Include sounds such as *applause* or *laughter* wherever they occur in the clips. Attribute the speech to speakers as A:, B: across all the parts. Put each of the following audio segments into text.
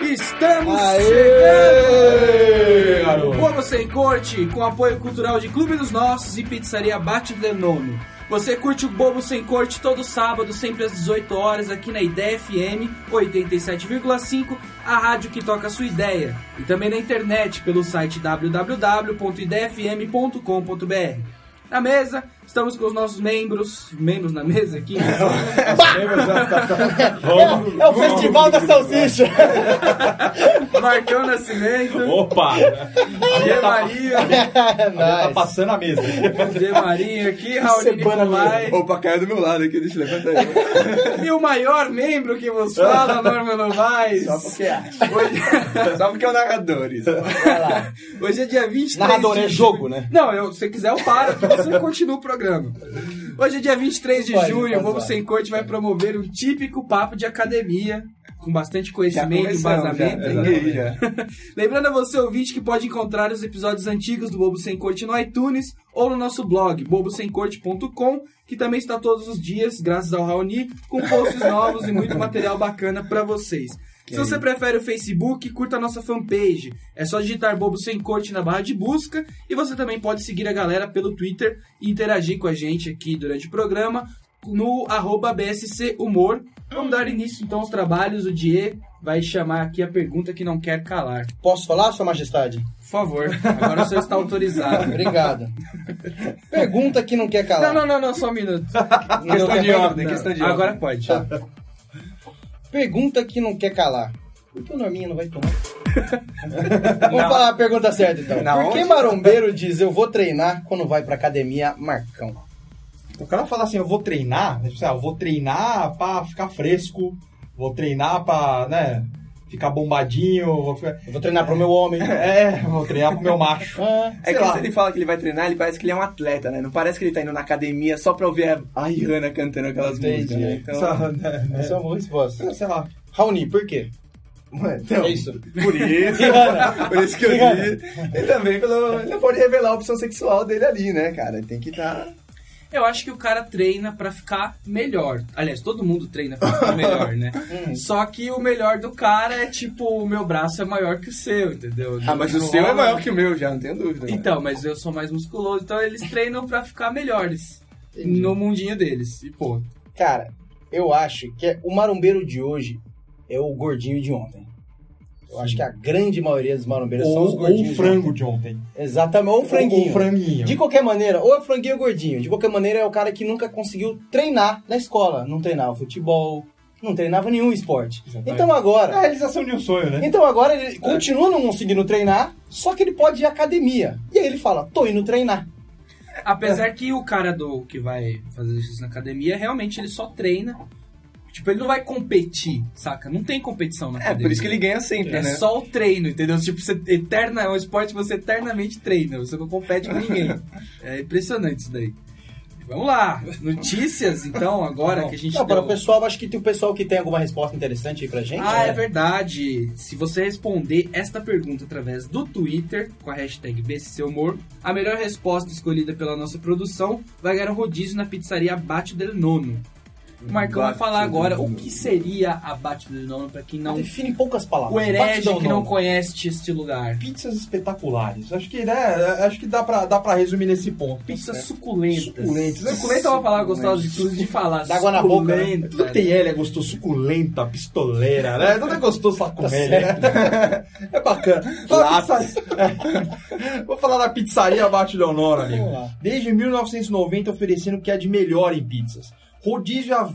A: Estamos
B: Aê!
A: chegando!
B: Garoto.
A: Com você curte, com apoio cultural de Clube dos Nossos e Pizzaria Bate de Nome. Você curte o Bobo Sem Corte todo sábado, sempre às 18 horas, aqui na Ideia FM 87,5, a rádio que toca a sua ideia. E também na internet, pelo site www.idefm.com.br. Na mesa, estamos com os nossos membros, membros na mesa aqui, né?
B: *laughs* É o festival da salsicha.
A: Marcão Nascimento,
C: Opa!
A: Gê Maria...
B: É
C: Tá
B: nice.
C: passando a mesa.
A: Zé Marinho aqui, Raul
B: Semana
A: Nicolai.
D: Opa, caiu do meu lado aqui, deixa eu levantar *laughs* aí.
A: *laughs* E o maior membro que vos fala,
B: *laughs*
A: Norma Novaes.
B: Só porque acha.
A: Hoje,
D: Só porque é o narrador, isso.
B: Vai lá.
A: hoje é dia 23
B: Narrador
A: de
B: é
A: ju-
B: jogo, né?
A: Não, eu, se quiser eu paro que
B: *laughs*
A: você continua o programa. Hoje é dia 23 de
B: Pode,
A: junho, o
B: pode
A: Bobo
B: lá.
A: Sem Corte vai promover um típico papo de academia, com bastante conhecimento,
D: começamos, já.
A: embasamento. né?
D: Peguei já.
A: *laughs* Lembrando a você, ouvinte, que pode encontrar os episódios antigos do Bobo Sem Corte no iTunes ou no nosso blog, bobosemcorte.com, que também está todos os dias, graças ao Raoni, com posts novos e muito material bacana para vocês. Se você prefere o Facebook, curta a nossa fanpage. É só digitar Bobo Sem Corte na barra de busca. E você também pode seguir a galera pelo Twitter e interagir com a gente aqui durante o programa no arroba BSC Humor. Vamos dar início então aos trabalhos. O Die vai chamar aqui a pergunta que não quer calar.
B: Posso falar, Sua Majestade?
A: Por favor, agora o senhor está autorizado.
B: Obrigado. Pergunta que não quer
A: Não,
B: calar.
A: não, não, não, só um minuto.
B: Não deu tempo ainda?
D: ordem, questão de
A: Não,
D: ordem. Tá.
A: Agora pode.
B: Pergunta que não quer calar. Por que o Norminha não vai tomar? Vamos falar a pergunta certa então.
D: Na
B: Por que
D: onde?
B: marombeiro diz eu vou treinar quando vai pra academia Marcão?
C: O cara fala assim, eu vou treinar, né? Tipo assim, ah, eu vou treinar pra ficar fresco, vou treinar pra, né, ficar bombadinho, vou ficar... *laughs*
B: Eu vou treinar pro meu homem.
C: É, vou treinar pro meu macho.
B: Ah,
D: É
C: Sei
D: que
C: lá.
D: se ele fala que ele vai treinar, ele parece que ele é um atleta, né? Não parece que ele tá indo na academia só pra ouvir a- a Rihanna cantando aquelas
B: Entendi.
D: músicas, né? Então,
C: Só, né, né?
B: essa é uma boa resposta.
C: Sei lá.
B: Raoni, por quê?
D: então,
B: É isso.
D: Por *laughs* isso, por isso que eu disse. E também pelo. Ele não pode revelar a opção sexual dele ali, né, cara? Ele Tem que estar.
A: Eu acho que o cara treina pra ficar melhor. Aliás, todo mundo treina pra
D: *laughs*
A: ficar melhor, né?
D: Hum.
A: Só que o melhor do cara é tipo, o meu braço é maior que o seu, entendeu?
D: Ah, mas o
A: Não
D: seu é
A: rola.
D: maior que o meu, já, não tenho dúvida. né?
A: Então, mas eu sou mais musculoso, então eles treinam pra ficar melhores. No mundinho deles. E pô.
B: Cara, eu acho que é- o marombeiro de hoje é o gordinho de ontem. Eu acho que a grande maioria dos marombeiros são os
C: Ou, ou
B: gordinhos.
C: o
B: de
C: frango de ontem.
B: ontem. Exatamente, ou o franguinho.
C: Ou o franguinho.
B: De qualquer maneira, ou é franguinho ou gordinho. De qualquer maneira, é o cara que nunca conseguiu treinar na escola. Não treinava futebol, não treinava nenhum esporte.
C: Exatamente.
B: Então
C: É a
B: agora.
C: realização de um sonho, né?
B: Então agora ele continua não conseguindo treinar, só que ele pode ir à academia. E aí ele fala, tô indo treinar.
A: Apesar que o cara do que vai fazer exercício na academia, realmente ele só treina. Tipo, ele não vai competir, saca? Não tem competição na
D: É,
A: academia.
D: por isso que ele ganha sempre,
A: É
D: né?
A: só o treino, entendeu? Tipo, você eterna, é um esporte que você eternamente treina, você não compete com
D: *laughs*
A: ninguém. É impressionante isso daí. Vamos lá, notícias então, agora que a gente
B: Não, para
A: deu-
B: o pessoal, acho que tem o pessoal que tem alguma resposta interessante aí pra gente.
A: Ah, é
B: né?
A: verdade. Se você responder esta pergunta através do Twitter com a hashtag BCC Humor, a melhor resposta escolhida pela nossa produção vai ganhar um rodízio na pizzaria Bate del Nono. O Marcão vai
D: Bate
A: falar
D: del
A: agora o
D: Nono.
A: que seria a Bate del Nono pra quem não
B: Define em poucas palavras.
A: o herege
B: Batidão
A: que não
B: não.
A: conhece este lugar.
C: Pizzas espetaculares. Acho que, né, acho que dá pra, dá pra resumir nesse ponto.
A: Pizzas suculentas.
C: Suculentas.
A: Tá Suculenta é uma palavra gostosa de tudo de falar.
B: Dá água na boca, né?
A: Suculenta.
C: Tudo que tem L é gostoso, suculenta, pistoleira, né? Tudo é gostoso lá com
B: Tá
C: L, né? *laughs* É bacana. Lá, *laughs* Vou falar da pizzaria Bate de Honor, amigo.
B: Vamos lá.
C: Desde 1990 oferecendo o que é de melhor em pizzas. Rodízio a R$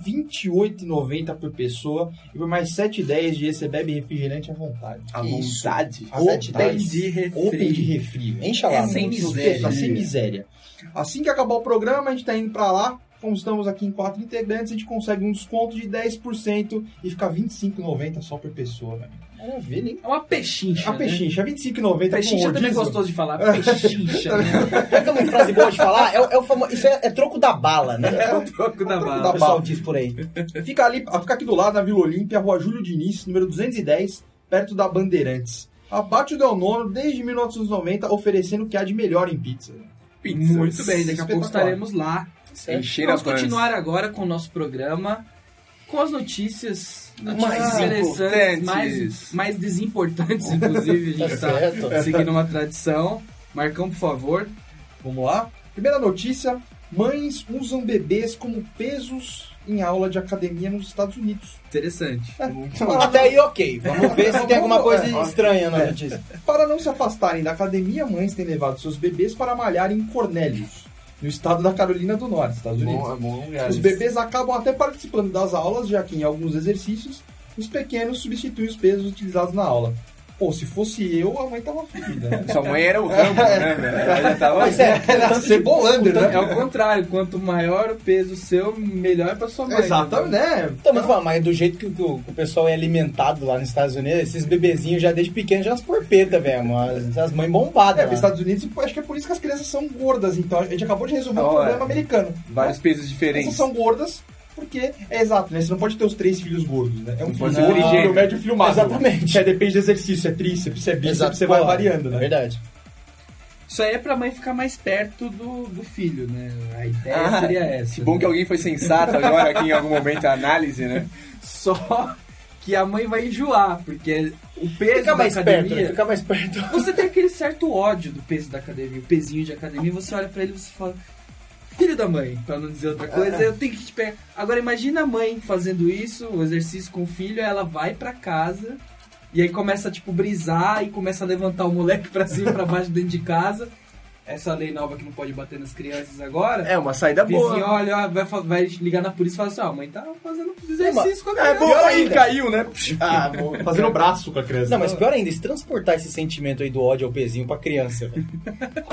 C: 28,90 por pessoa e por mais 7,10 de você bebe refrigerante à vontade.
D: A
B: Isso.
D: vontade.
B: A
C: Open
B: sete, dez.
C: de refri. Open de refri.
B: Enche a lá.
A: É sem
B: muito.
A: miséria.
C: Tá sem miséria. Assim que acabar o programa, a gente tá indo pra lá. Como estamos aqui em quatro integrantes, a gente consegue um desconto de 10% e fica R$25,90 só por pessoa, velho.
B: Maravilha, hein?
A: É uma pechincha.
C: A
A: né?
C: pechincha, R$25,90
A: Pechincha também é gostoso de falar. *laughs* Pechincha, né?
B: Sabe uma frase boa de falar? É, o- é o famo... Isso é, é troco da bala, né?
A: É o troco da
C: troco
B: O
A: bala.
C: da- Tá.
B: pessoal diz por aí.
C: Fica ali, fica aqui do lado, na Vila Olímpia, Rua Júlio Diniz, número 210, perto da Bandeirantes. Abate o Del Nono, desde 1990, oferecendo o que há de melhor em pizza.
D: Pizzas.
A: Muito bem, daqui a pouco
C: Espetacular.
A: estaremos lá.
D: Encher
A: Vamos
D: as mãos.
A: continuar agora com o nosso programa. com as notícias, notícias
D: Mais
A: interessantes,
D: importantes.
A: mais, mais desimportantes, inclusive, a
B: Tá
A: gente tá
B: certo.
C: É.
A: seguindo uma tradição. Marcão, por favor.
E: Vamos lá. Primeira notícia: mães usam bebês como pesos em aula de academia nos Estados Unidos.
A: Interessante.
B: Até aí, ok. Vamos ver se tem alguma coisa estranha
C: É.
B: na notícia.
E: Para não se afastarem da academia, mães têm levado seus bebês para malhar em Cornelius, no estado da Carolina do Norte, Estados Unidos.
D: Bom, é bom lugar.
E: Os bebês acabam até participando das aulas, já que em alguns exercícios, os pequenos substituem os pesos utilizados na aula. Pô, se fosse eu, a mãe tava fodida, né?
D: Sua mãe era o Rambo, né, velho? *laughs* Ela já tava...
B: Mas é,
E: Era Cebolander,
A: É
E: né?
A: o contrário, quanto maior o peso seu, melhor é pra sua mãe.
E: Exatamente, né?
B: Então, mas, pô, mas do jeito que, o que o pessoal é alimentado lá nos Estados Unidos, esses bebezinhos já desde pequenos já as porpetas mesmo. As, as mães bombadas.
E: É,
B: lá.
E: nos Estados Unidos, pô, acho que é por isso que as crianças são gordas, então. A gente acabou de resolver um
D: Olha.
E: problema americano.
D: Vários pesos
E: Essas
D: diferentes.
E: são gordas, porque é exato, né? Você não pode ter os três filhos gordos, né? É um
D: Não
E: filho
D: pode
E: gordo,
D: ser
E: um filho
D: trigêmeo.
E: médio e um filho magro.
B: Exatamente.
E: É, depende do exercício, é tríceps, é bíceps,
B: Exato,
E: você vai
B: pô,
E: variando,
B: É
E: né?
B: verdade.
A: Isso aí é pra mãe ficar mais perto do, do filho, né? A ideia
D: Ah,
A: seria essa.
D: Que bom
A: né?
D: que alguém foi sensato agora aqui em algum momento, a análise, né?
A: Só que a mãe vai enjoar, porque o peso
B: Fica
A: da
B: mais perto,
A: academia...
B: né? fica mais perto.
A: Você tem aquele certo ódio do peso da academia, o pezinho de academia, você olha pra ele e você fala. Filho da mãe, pra não dizer outra coisa, eu tenho que te pegar. Agora imagina a mãe fazendo isso, o exercício com o filho, ela vai pra casa e aí começa tipo brisar e começa a levantar o moleque pra cima e pra baixo dentro de casa. Essa lei nova que não pode bater nas crianças agora.
D: É, uma saída
A: Vizinho, olha, ó, vai, fa- vai ligar na polícia e fala assim: ó, a mãe tá fazendo exercício com a
D: É
A: criança.
D: boa aí,
B: ainda.
D: caiu, né?
B: Ah,
E: *laughs*
B: boa.
E: Fazendo o braço com a criança.
B: Não, mas pior ainda, se transportar esse sentimento aí do ódio ao pezinho pra criança, *laughs* velho.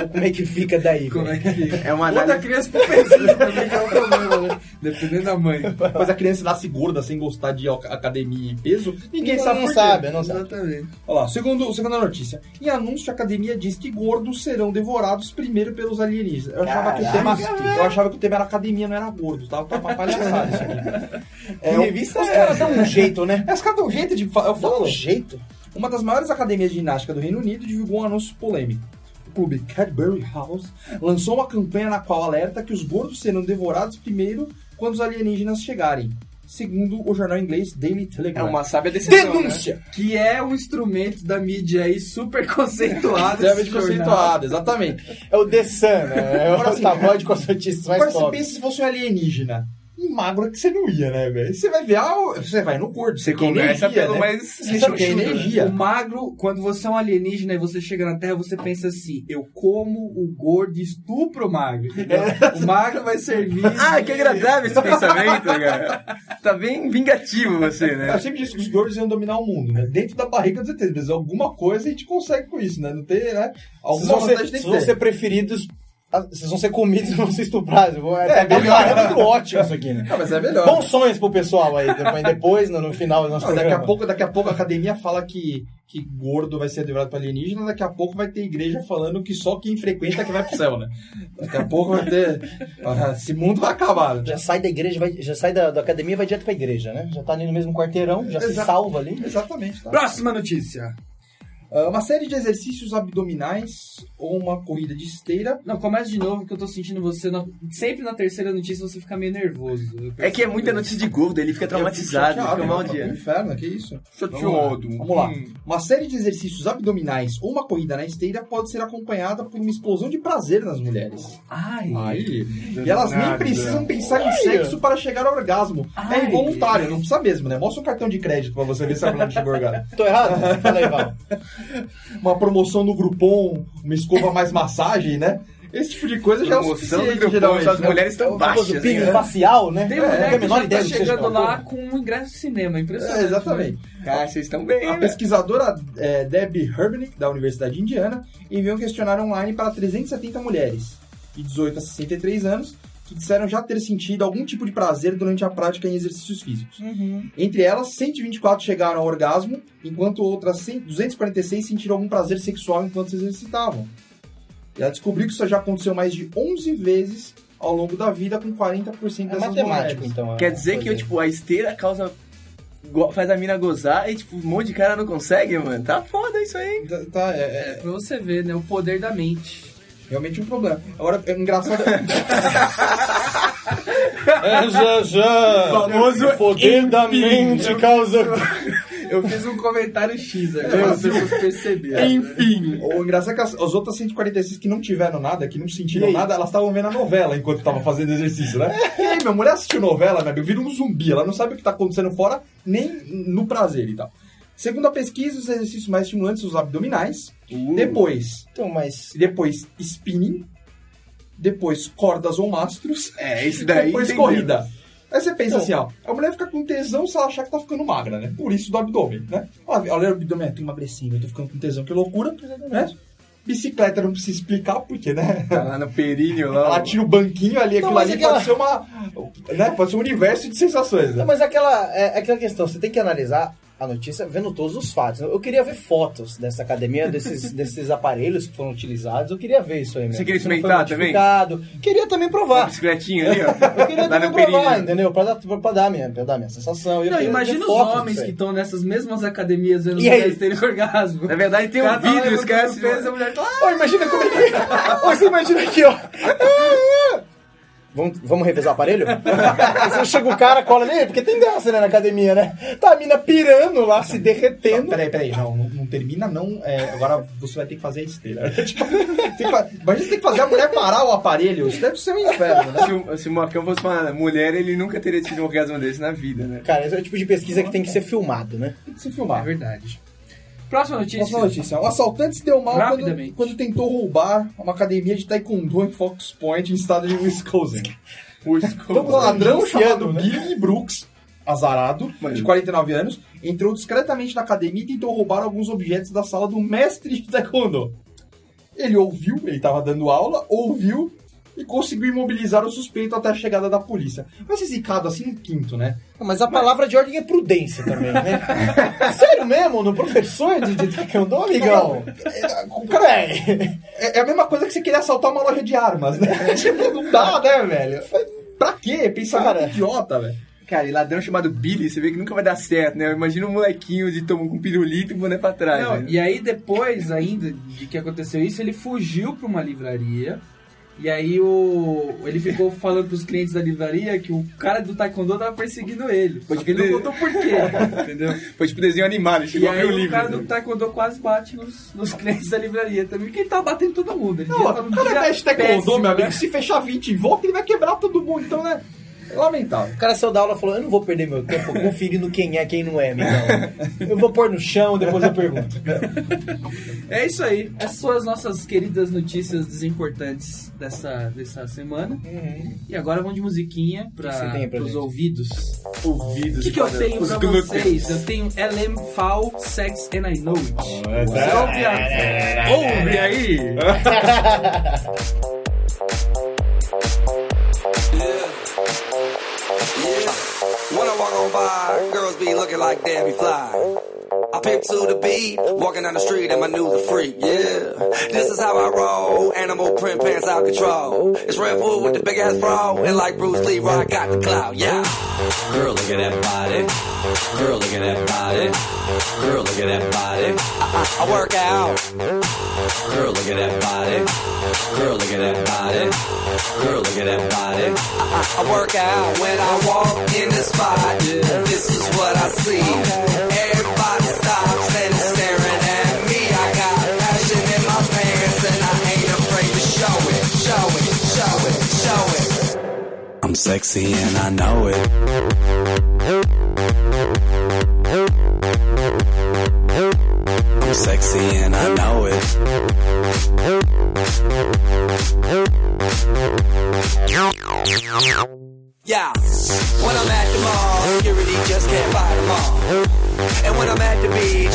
B: Como é que fica daí,
A: Como é
B: velho?
A: que fica?
D: É uma
A: Ou da
D: análise...
A: criança pro pezinho também, que é um problema, né? Dependendo da mãe.
E: Mas a criança nasce gorda sem gostar de al- academia e peso, ninguém
B: Não-
E: sabe
B: não
E: por quê.
B: sabe, não sabe.
A: Exatamente.
E: Olha lá, segundo, segunda notícia. Em anúncio, a academia diz que gordos serão devorados primeiro pelos alienígenas. Eu achava, que o tema, eu achava que o tema era academia, não era gordo. Tava
B: *laughs*
E: tava uma palhaçada isso aqui.
D: Que
E: o-
D: revista
E: os
D: é
E: caras
B: Dá um jeito, né?
E: É, os caras dão um jeito de. fa- Eu
B: Dá
E: falo,
B: um jeito.
E: uma das maiores academias de ginástica do Reino Unido divulgou um anúncio polêmico. O clube Cadbury House lançou uma campanha na qual alerta que os gordos serão devorados primeiro quando os alienígenas chegarem, segundo o jornal inglês Daily
D: É
E: Telegraph.
D: uma sábia né? decisão,
B: Denúncia! né?
A: Que é um instrumento da mídia aí super conceituado.
E: Extremamente
A: esse jornal.
E: conceituada, exatamente.
B: É o The Sun, né? É
E: Agora
B: o
E: sim.
B: tabloide com as notícias mais
E: Agora você
B: top.
E: pensa se fosse um alienígena. E magro que você não ia, né, velho? Você vai ver, ah, você vai no gordo.
D: Você
E: tem
D: conversa
E: energia,
D: pelo
E: né?
D: mais...
E: Você tem
A: O
E: energia.
A: magro, quando você é um alienígena e você chega na Terra, você pensa assim: eu como o gordo e estupro o magro. entendeu? O magro vai servir.
D: Ah, que agradável esse pensamento, cara. Tá bem vingativo você, né?
E: Eu sempre disse que os gordos iam dominar o mundo, né? Dentro da barriga, com certeza. Mas alguma coisa a gente consegue com isso, né? Não tem, né?
B: Vocês
E: Alguma
B: vão ser,
E: vantagem tem
B: vocês
E: que
B: vão
E: ter.
B: ser preferidos, ah, vocês vão ser comidos e vão ser estuprados. Vão- É, tá-
E: melhor.
B: é muito ótimo isso aqui, né?
E: Ah, mas é melhor.
B: Bons sonhos pro pessoal aí, depois, depois, no, no final do nosso
E: Não, é. daqui, a
B: programa.
E: pouco, daqui a pouco a academia fala que, que gordo vai ser devorado para alienígena, daqui a pouco vai ter igreja falando que só quem frequenta que vai pro céu, né? Daqui a pouco vai ter. *laughs* Ah, Esse mundo vai acabar. né? *laughs*
B: Já sai da igreja, vai- já sai da, da academia e vai direto pra igreja, né? Já tá ali no mesmo quarteirão, já se
E: Exato.
B: salva ali.
E: Exatamente. Tá?
A: Próxima notícia.
E: Ah, uma série de exercícios abdominais ou uma corrida de esteira.
A: Não, começa de novo que eu tô sentindo você. na- Sempre na terceira notícia você fica meio nervoso. Eu
D: É que é muita notícia de gordo, ele fica traumatizado,
E: Eu fico
D: fica
E: chateado,
D: mal
E: né? Pro
D: dia.
E: inferno, que isso?
D: Chateado.
E: Vamos lá. Uma série de exercícios abdominais ou uma corrida na esteira pode ser acompanhada por uma explosão de prazer nas mulheres.
A: Ai.
E: Aí. E elas nem precisam pensar em sexo para chegar ao orgasmo.
A: Ai.
E: É involuntário, não precisa mesmo, né? Mostra um cartão de crédito pra você ver se a mulher chegou ao orgasmo.
B: Tô
D: É.
B: errado? Fala aí, Val.
E: Uma promoção no Groupon, uma escova mais massagem, né? Esse tipo de coisa já é o
D: Promoção do
E: suficiente,
D: Groupon,
E: geralmente,
D: essas
E: né?
D: mulheres
B: É
D: estão
B: o famoso
D: baixas,
B: peeling
D: né?
B: facial, né?
A: Tem
B: É,
A: mulher
B: tem a
A: que já tá
B: do que seja
A: chegando
B: aquela
A: lá
B: porra.
A: com um ingresso de cinema, impressionante. né?
E: É, exatamente.
D: Cara, vocês estão bem, né?
E: A
D: velho.
E: pesquisadora eh, Debbie Herbnick, da Universidade de Indiana, enviou um questionário online para 370 mulheres de 18 a 63 anos que disseram já ter sentido algum tipo de prazer durante a prática em exercícios físicos.
A: né? Uhum.
E: Entre elas, 124 chegaram ao orgasmo, enquanto outras 100 246 sentiram algum prazer sexual enquanto se exercitavam. E ela descobriu que isso já aconteceu mais de 11 vezes ao longo da vida com 40% dessas
B: É
E: mulheres.
B: matemático, então. é
D: Quer
B: uma
D: dizer que,
B: coisa.
D: tipo, a esteira causa. go- Faz a mina gozar e, tipo, um monte de cara não consegue, mano. Tá foda isso aí.
B: então.
E: Tá- tá, é- é-
A: É pra você ver, né? O poder da mente.
B: *laughs*
E: Realmente um problema. Agora, é engraçado.
F: É já já.
A: Famoso
F: O poder da
A: enfim.
F: mente causa. *laughs*
A: *laughs* Eu fiz um comentário X agora, as pessoas perceberam.
E: Enfim. O engraçado é que as, as outras 146 que não tiveram nada, que não sentiram
B: E aí?
E: nada, elas estavam vendo a novela enquanto estavam fazendo
B: *laughs*
E: exercício, né? E aí, minha mulher assistiu novela, minha amiga, vira um zumbi, ela não sabe o que tá acontecendo fora, nem no prazer e tal. Segundo a pesquisa, os exercícios mais estimulantes são os abdominais, depois,
B: Então, mas.
E: depois spinning, depois cordas ou mastros,
D: É, esse daí.
E: depois
D: entendeu.
E: corrida. Aí você pensa
B: Então.
E: assim, ó, a mulher fica com tesão se ela achar que tá ficando magra, né? Por isso do abdômen, né? Olha, olha o abdômen, tô emagrecendo, eu tô ficando com tesão, que loucura, né? Bicicleta não precisa explicar, porque, né? é
D: Tá lá no períneo lá.
E: *laughs* Ela
D: ó.
E: tira o banquinho ali,
B: Não,
E: aquilo
B: mas
E: ali
B: aquela-
E: pode ser uma. Né? Pode ser um universo de sensações,
B: Não,
E: né?
B: mas aquela, é, aquela questão, você tem que analisar a notícia vendo todos os fatos. Eu queria ver fotos dessa academia,
A: *laughs*
B: desses, desses aparelhos que foram utilizados. Eu queria ver isso aí mesmo.
D: Você queria
B: Se não foi
D: experimentar também?
B: modificado. Queria também
D: A
B: provar.
D: bicicletinha ali,
B: Eu queria
D: *laughs* ó. Lá no
B: também
D: né?
B: provar,
D: períneo.
B: entendeu? Pra dar, pra dar, minha, pra dar minha sensação. Eu
A: Não,
B: queria ver
A: imagina os
B: fotos
A: homens
B: disso
A: que
B: aí.
A: estão nessas mesmas academias vendo os
B: E aí?
A: mulheres terem orgasmo.
D: Na verdade, tem
A: O
D: um
A: cara tá lá
D: vídeo,
A: levantando
D: esquece.
A: o peso, a mulher tá lá.
B: Ó, imagina como é que... Ó, você imagina aqui, ó. Vamos, vamos revezar o aparelho? Você chega o cara, cola ali, porque tem graça, né, na academia, né? Tá a mina pirando lá, se derretendo.
E: Peraí, peraí, não, não, não termina, não. é, agora você vai ter que fazer a esteira. *laughs* Tipo, tem que fa- Imagina você tem que fazer a mulher parar o aparelho, isso deve ser um inferno, né?
D: Se o, se o Marcão fosse uma mulher, ele nunca teria tido um orgasmo desse na vida, né?
B: Cara, esse é o tipo de pesquisa que tem que ser filmado, né?
E: Tem que se filmar.
A: É verdade. Próxima notícia.
E: Próxima notícia. Um assaltante se deu mal
A: Rapidamente.
E: quando, quando tentou roubar uma academia de taekwondo em Fox Point, em estado de Wisconsin. Então, um ladrão chamado Billy Brooks, azarado,
D: Mas-
E: de 49 anos, entrou discretamente na academia e tentou roubar alguns objetos da sala do mestre de taekwondo. Ele ouviu, ele estava dando aula, ouviu e conseguiu imobilizar o suspeito até a chegada da polícia. Mas esse cara assim, um quinto, né?
B: Mas a palavra de ordem é prudência também, né? Sério mesmo? No professor de,
E: *laughs*
B: de taekwondo, amigão? Cara,
E: É é a mesma coisa que você querer assaltar uma loja de armas, né? *laughs* tipo, não dá, né, velho? Pra quê? Pensamento
B: Cara.
E: idiota, velho.
D: Cara, e ladrão chamado Billy, você vê que nunca vai dar certo, né? Imagina um molequinho de tomar com um pirulito e boné pra trás.
A: Não,
D: né?
A: e aí depois ainda de que aconteceu isso, ele fugiu para uma livraria. E aí o ele ficou falando pros clientes da livraria que o cara do taekwondo tava perseguindo ele. Só que ele não contou por quê, entendeu?
D: Foi tipo desenho animado,
A: E
D: ele chegou a
A: aí
D: abrir o
A: o
D: livro. né?
A: cara do taekwondo quase bate nos, nos clientes da livraria também, porque ele tava batendo todo mundo. Ele
E: Não,
A: já tava
E: o
A: num
E: cara
A: dia
E: mexe taekwondo,
A: é péssimo,
E: meu
A: né?
E: amigo, se fechar 20 e volta, ele vai quebrar todo mundo, então, né? É Lamentável.
B: *laughs* o cara saiu da aula e falou, eu não vou perder meu tempo conferindo quem é quem não é, amigão. Eu vou pôr no chão, depois eu pergunto.
A: É isso aí. Essas foram as nossas queridas notícias desimportantes dessa, dessa semana. E agora vamos de musiquinha
B: O que você tem
A: para
B: pra
A: os
B: gente?
A: ouvidos.
D: ouvido.
A: O que, que eu tenho
D: Os
A: pra
D: glúteos.
A: vocês? Eu tenho LM Foul, Sex and I Know It. Você
F: Essa-
A: ouve, a...
D: É.
A: ouve aí!
G: When I walk on by, girls be looking like Debbie Fly. I pimp to the beat, walking down the street and my new the freak, yeah. This is how I roll, animal print pants out control. It's Red Bull with the big ass bra, and like Bruce Lee, I got the clout, yeah. Girl, look at that body. Girl, look at that body. Girl, look at that body. I, I, I work out. Girl, look at that body. Girl, look at that body. Girl, look at that body. I, I, I work out when I walk in the spot. This is what I see. Everybody stops and is staring at me. I got passion in my pants and I ain't afraid to show it, show it, show it, show it. I'm sexy and I know it. I'm sexy and I know it. Yeah, when I'm at the mall, security just can't fight them all. And when I'm at the beach,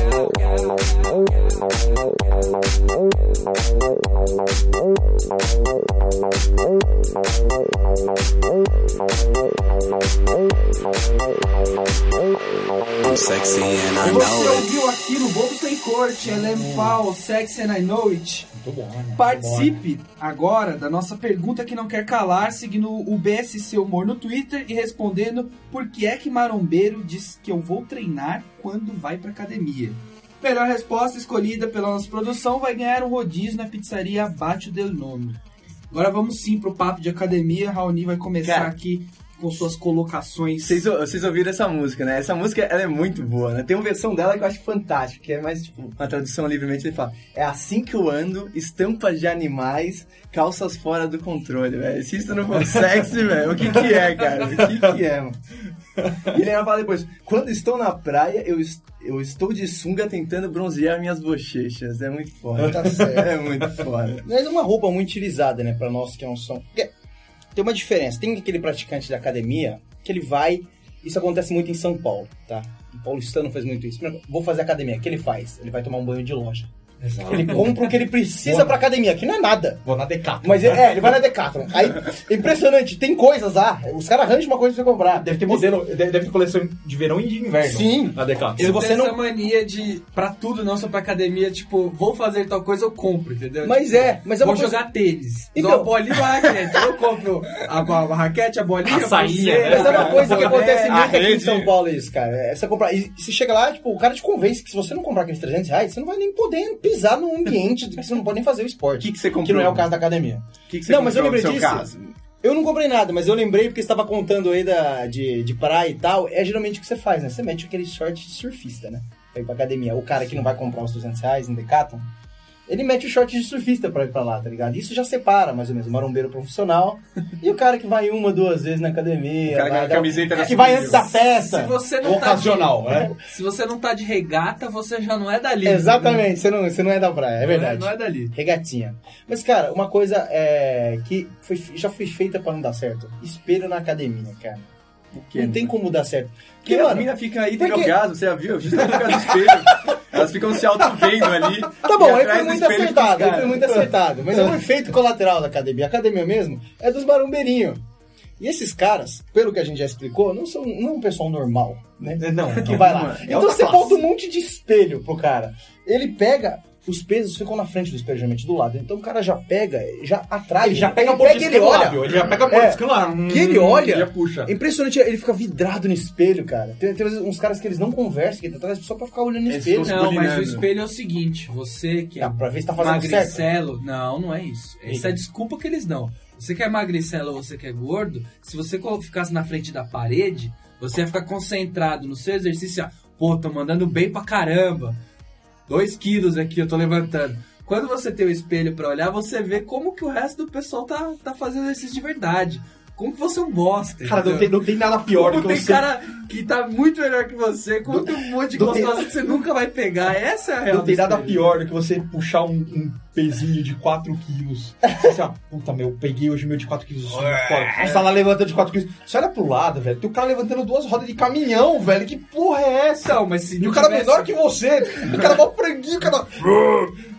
G: I'm sexy and I
A: E
G: know
A: você
G: it.
A: ouviu aqui no Bobo Sem Corte, LM Fall, Sex and I Know It.
B: né?
A: Participe agora da nossa pergunta que não quer calar, seguindo o BSC Humor no Twitter e respondendo por que é que marombeiro diz que eu vou treinar quando vai pra academia. Melhor resposta escolhida pela nossa produção vai ganhar um rodízio na pizzaria Abate del Nome. Agora vamos sim pro papo de academia. Raoni vai começar
D: Cara.
A: aqui com suas colocações.
D: Vocês, vocês ouviram essa música, né? Essa música ela é muito boa, né? Tem uma versão dela que eu acho fantástica, que é mais tipo, uma tradução livremente ele fala: É assim que eu ando, estampas de animais, calças fora do controle, velho. Se isso não for sexy, *laughs* velho, o que que é, cara? O que que é, mano? E ele ainda fala depois: Quando estou na praia, eu, es- eu estou de sunga tentando bronzear minhas bochechas. É muito foda.
B: Tá certo.
D: *laughs* É muito foda.
B: Mas é uma roupa muito utilizada, né, pra nós que não são. Porque tem uma diferença. Tem aquele praticante da academia que ele vai. Isso acontece muito em São Paulo, tá? O paulistano faz muito isso. Primeiro, vou fazer academia. O que ele faz? Ele vai tomar um banho de loja. Ele compra o que ele precisa pra academia, que não é nada.
E: Vou na Decathlon.
B: Mas ele- é, ele vai na Decathlon. Aí, é impressionante, tem coisas lá. Os caras arranjam uma coisa pra você comprar.
E: Deve ter modelo, deve deve ter coleção de verão e de inverno.
B: Sim.
E: Na Decathlon.
B: Se
A: Eu
B: você
A: tenho
B: não-
A: essa mania de, pra tudo, não só pra academia, tipo, vou fazer tal coisa, eu compro, entendeu? Tipo,
B: Mas é, mas é
A: vou
B: uma coisa.
A: jogar tênis.
B: Então-
A: Então, a bolinha ou a raquete? Eu compro a, a- a raquete, a bolinha,
E: A sainha,
A: pulseira,
B: Mas é uma coisa que
A: boné.
B: acontece
E: a
B: muito aqui em
E: rede.
B: São Paulo, isso, cara. É você comprar. E você chega lá, tipo, o cara te convence que se você não comprar aqueles 300 reais, você não vai nem poder pisar num ambiente que você não pode nem fazer o
D: O
B: esporte.
D: *laughs* que, que você comprou?
B: Que não é o caso da academia.
D: O que, que você
B: Não, mas eu
D: comprou no
B: lembrei
D: seu
B: disso.
D: caso?
B: Eu não comprei nada, mas eu lembrei porque você estava contando aí da, de, de praia e tal. É geralmente o que você faz, né? Você mete aquele short de surfista, né? Pra ir pra academia. O cara que não vai comprar os 200 reais no Decathlon, ele mete o short de surfista pra ir pra lá, tá ligado? Isso já separa, mais ou menos, o marombeiro
D: *laughs*
B: profissional e o cara que vai uma, duas vezes na academia.
D: O cara com
B: vai né?
D: a
B: dar- um
D: camiseta da
B: Que vai
D: Supreme.
B: antes da festa. é?
A: Se você, não tá de,
E: Ocasional, né?
A: se você não tá de regata, você já não é dali.
B: Exatamente, você não, você não é da praia, é
A: Não
B: verdade.
A: Não é, dali.
B: Regatinha. Mas, cara, uma coisa é, que foi- já foi feita pra não dar certo. Espelho na academia, cara. não tem como dar certo.
D: Porque
B: Porque,
D: as
B: mano,
D: minas ficam aí,
B: por
D: tem
B: quê?
D: orgasmo, você já viu? Justamente por causa do espelho. Elas ficam se auto-vendo ali.
B: tá bom,
D: e
B: aí
D: atrás
B: foi
D: do espelho
B: muito
D: fica os
B: acertado, aí
D: caras.
B: foi muito acertado. Mas é
E: *laughs*
B: um efeito colateral da academia. A academia mesmo é dos marombeirinhos. E esses caras, pelo que a gente já explicou, não são não é um pessoal normal, né?
E: Não,
B: que vai lá.
D: mano, é
B: Então
E: outra
B: você
E: classe.
B: bota um monte de espelho pro cara. Ele pega, os pesos ficam na frente do espelho, geralmente do lado. Então o cara já pega, já atrai.
E: Ele já pega um a
B: ele
E: boca
B: pega, ele
E: do
B: olha.
E: lábio. Ele já pega a boca
B: É.
E: do lábio.
B: Que ele olha.
E: Hum, Já puxa.
B: É Impressionante, ele fica vidrado no espelho, cara. Tem, tem uns caras que eles não conversam, que tá atrás só pra ficar olhando no
D: Eles
B: espelho.
D: ficam
A: Não, mas o
D: Combinando.
A: espelho é o seguinte, você que é
B: Tá, pra ver se tá fazendo certo.
A: magricelo, não, não é isso. Essa é a desculpa que eles dão. Você que é magricelo ou você que é gordo, se você colo- ficasse na frente da parede, você ia ficar concentrado no seu exercício, ó, pô, tô mandando bem pra caramba. Dois quilos aqui eu tô levantando. Quando você tem o espelho pra olhar, você vê como que o resto do pessoal tá, tá fazendo exercício de verdade. Como que você é um bosta.
E: Cara, não
A: entendeu?
E: tem, não tem nada pior do
A: como
E: que
A: tem
E: você.
A: cara que tá muito melhor que você, como tem um monte de
E: não tem-
A: gostosa que você nunca vai pegar. Essa é a real.
E: Não tem
A: do
E: nada
A: espelho.
E: pior do que você puxar um, um pezinho de 4 quilos. Você assim, ah, puta, meu, peguei hoje meu de 4 quilos. isso é foda. Você tá lá levantando de 4 quilos. Você olha pro lado, velho. Tem o cara levantando duas rodas de caminhão, velho. Que porra é essa?
A: Então, mas se
E: E
A: não
E: o cara é
A: tivesse-
E: menor que você. O cara é mó franguinho, o cara...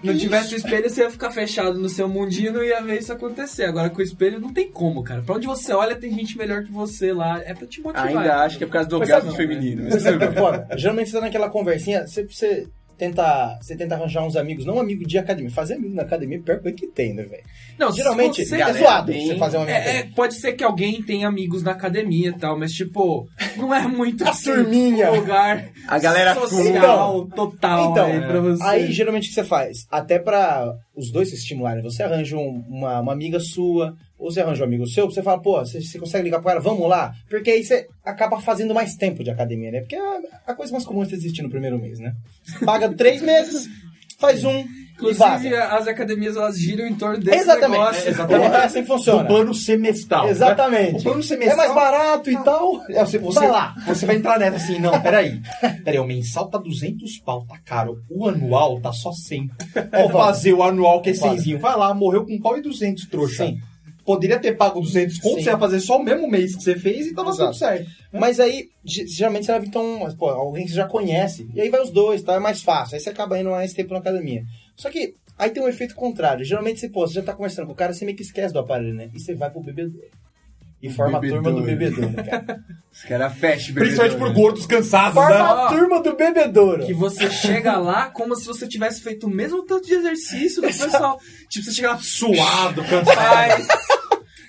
A: não tivesse o espelho, você ia ficar fechado no seu mundinho e não ia ver isso acontecer. Agora com o espelho não tem como, cara. Pra onde você olha, tem gente melhor que você lá. É pra te motivar.
D: Ainda acho que é por causa do
B: Mas
D: orgasmo
B: sabe-
D: feminino.
B: Mas sabe o que é foda? Geralmente você tá naquela conversinha, você, você tenta. Você tenta arranjar uns amigos, não um amigo de academia. Fazer amigo na academia é a pior coisa que tem, né, velho?
A: Não, se
B: Geralmente
A: você-
B: é
D: galera,
B: zoado
D: bem-
B: você fazer um amigo.
A: É, é, pode ser que alguém tenha amigos na academia e tal, mas tipo, não é muito
B: *laughs* A
A: assim,
B: turminha.
A: um lugar
D: A galera
B: assim,
A: social total
B: Então,
A: aí pra você.
B: Aí geralmente o que você faz? Até pra os dois se estimularem, você arranja um- uma, uma amiga sua, ou você arranja um amigo seu, você fala, pô, você, você consegue ligar pro cara, vamos lá? Porque aí você acaba fazendo mais tempo de academia, né? Porque é a, a coisa mais comum é você desistir no primeiro mês, né? Paga três meses, faz um e
A: Inclusive,
B: vaza.
A: as academias elas giram em torno desse
B: Exatamente.
A: negócio.
B: exatamente. É assim que funciona.
E: semestral.
B: Exatamente.
E: O plano
B: É
E: semestral...
B: mais barato e tal.
E: É, você, você,
B: Vai lá.
E: você vai entrar nessa assim, não, peraí. Peraí, o mensal tá 200 pau, tá caro. O anual tá só 100. Vou fazer o anual que é
B: Foda.
E: 100zinho. Vai lá, morreu com um pau e 200, trouxa.
B: Sim.
E: Poderia ter pago 200 conto,
B: Sim.
E: você ia fazer só o mesmo mês que você fez e tava
B: Exato.
E: tudo certo.
B: É. Mas aí, ge- geralmente você leva então mas, pô, alguém que você já conhece. E aí vai os dois, tá? É mais fácil. Aí você acaba indo mais tempo na academia. Só que aí tem um efeito contrário. Geralmente você, pô, você já tá conversando com o cara, você meio que esquece do aparelho, né? E você vai pro bebedouro. E forma a turma do
D: bebedouro.
B: bebedouro, cara.
D: Os caras fecham.
E: Principalmente por gordos cansados, né?
B: Forma a turma do bebedouro.
A: Que você chega lá como se você tivesse feito o mesmo tanto de exercício
B: *laughs*
A: do pessoal. Tipo, você chega lá,
E: Suado, cansado.
A: faz.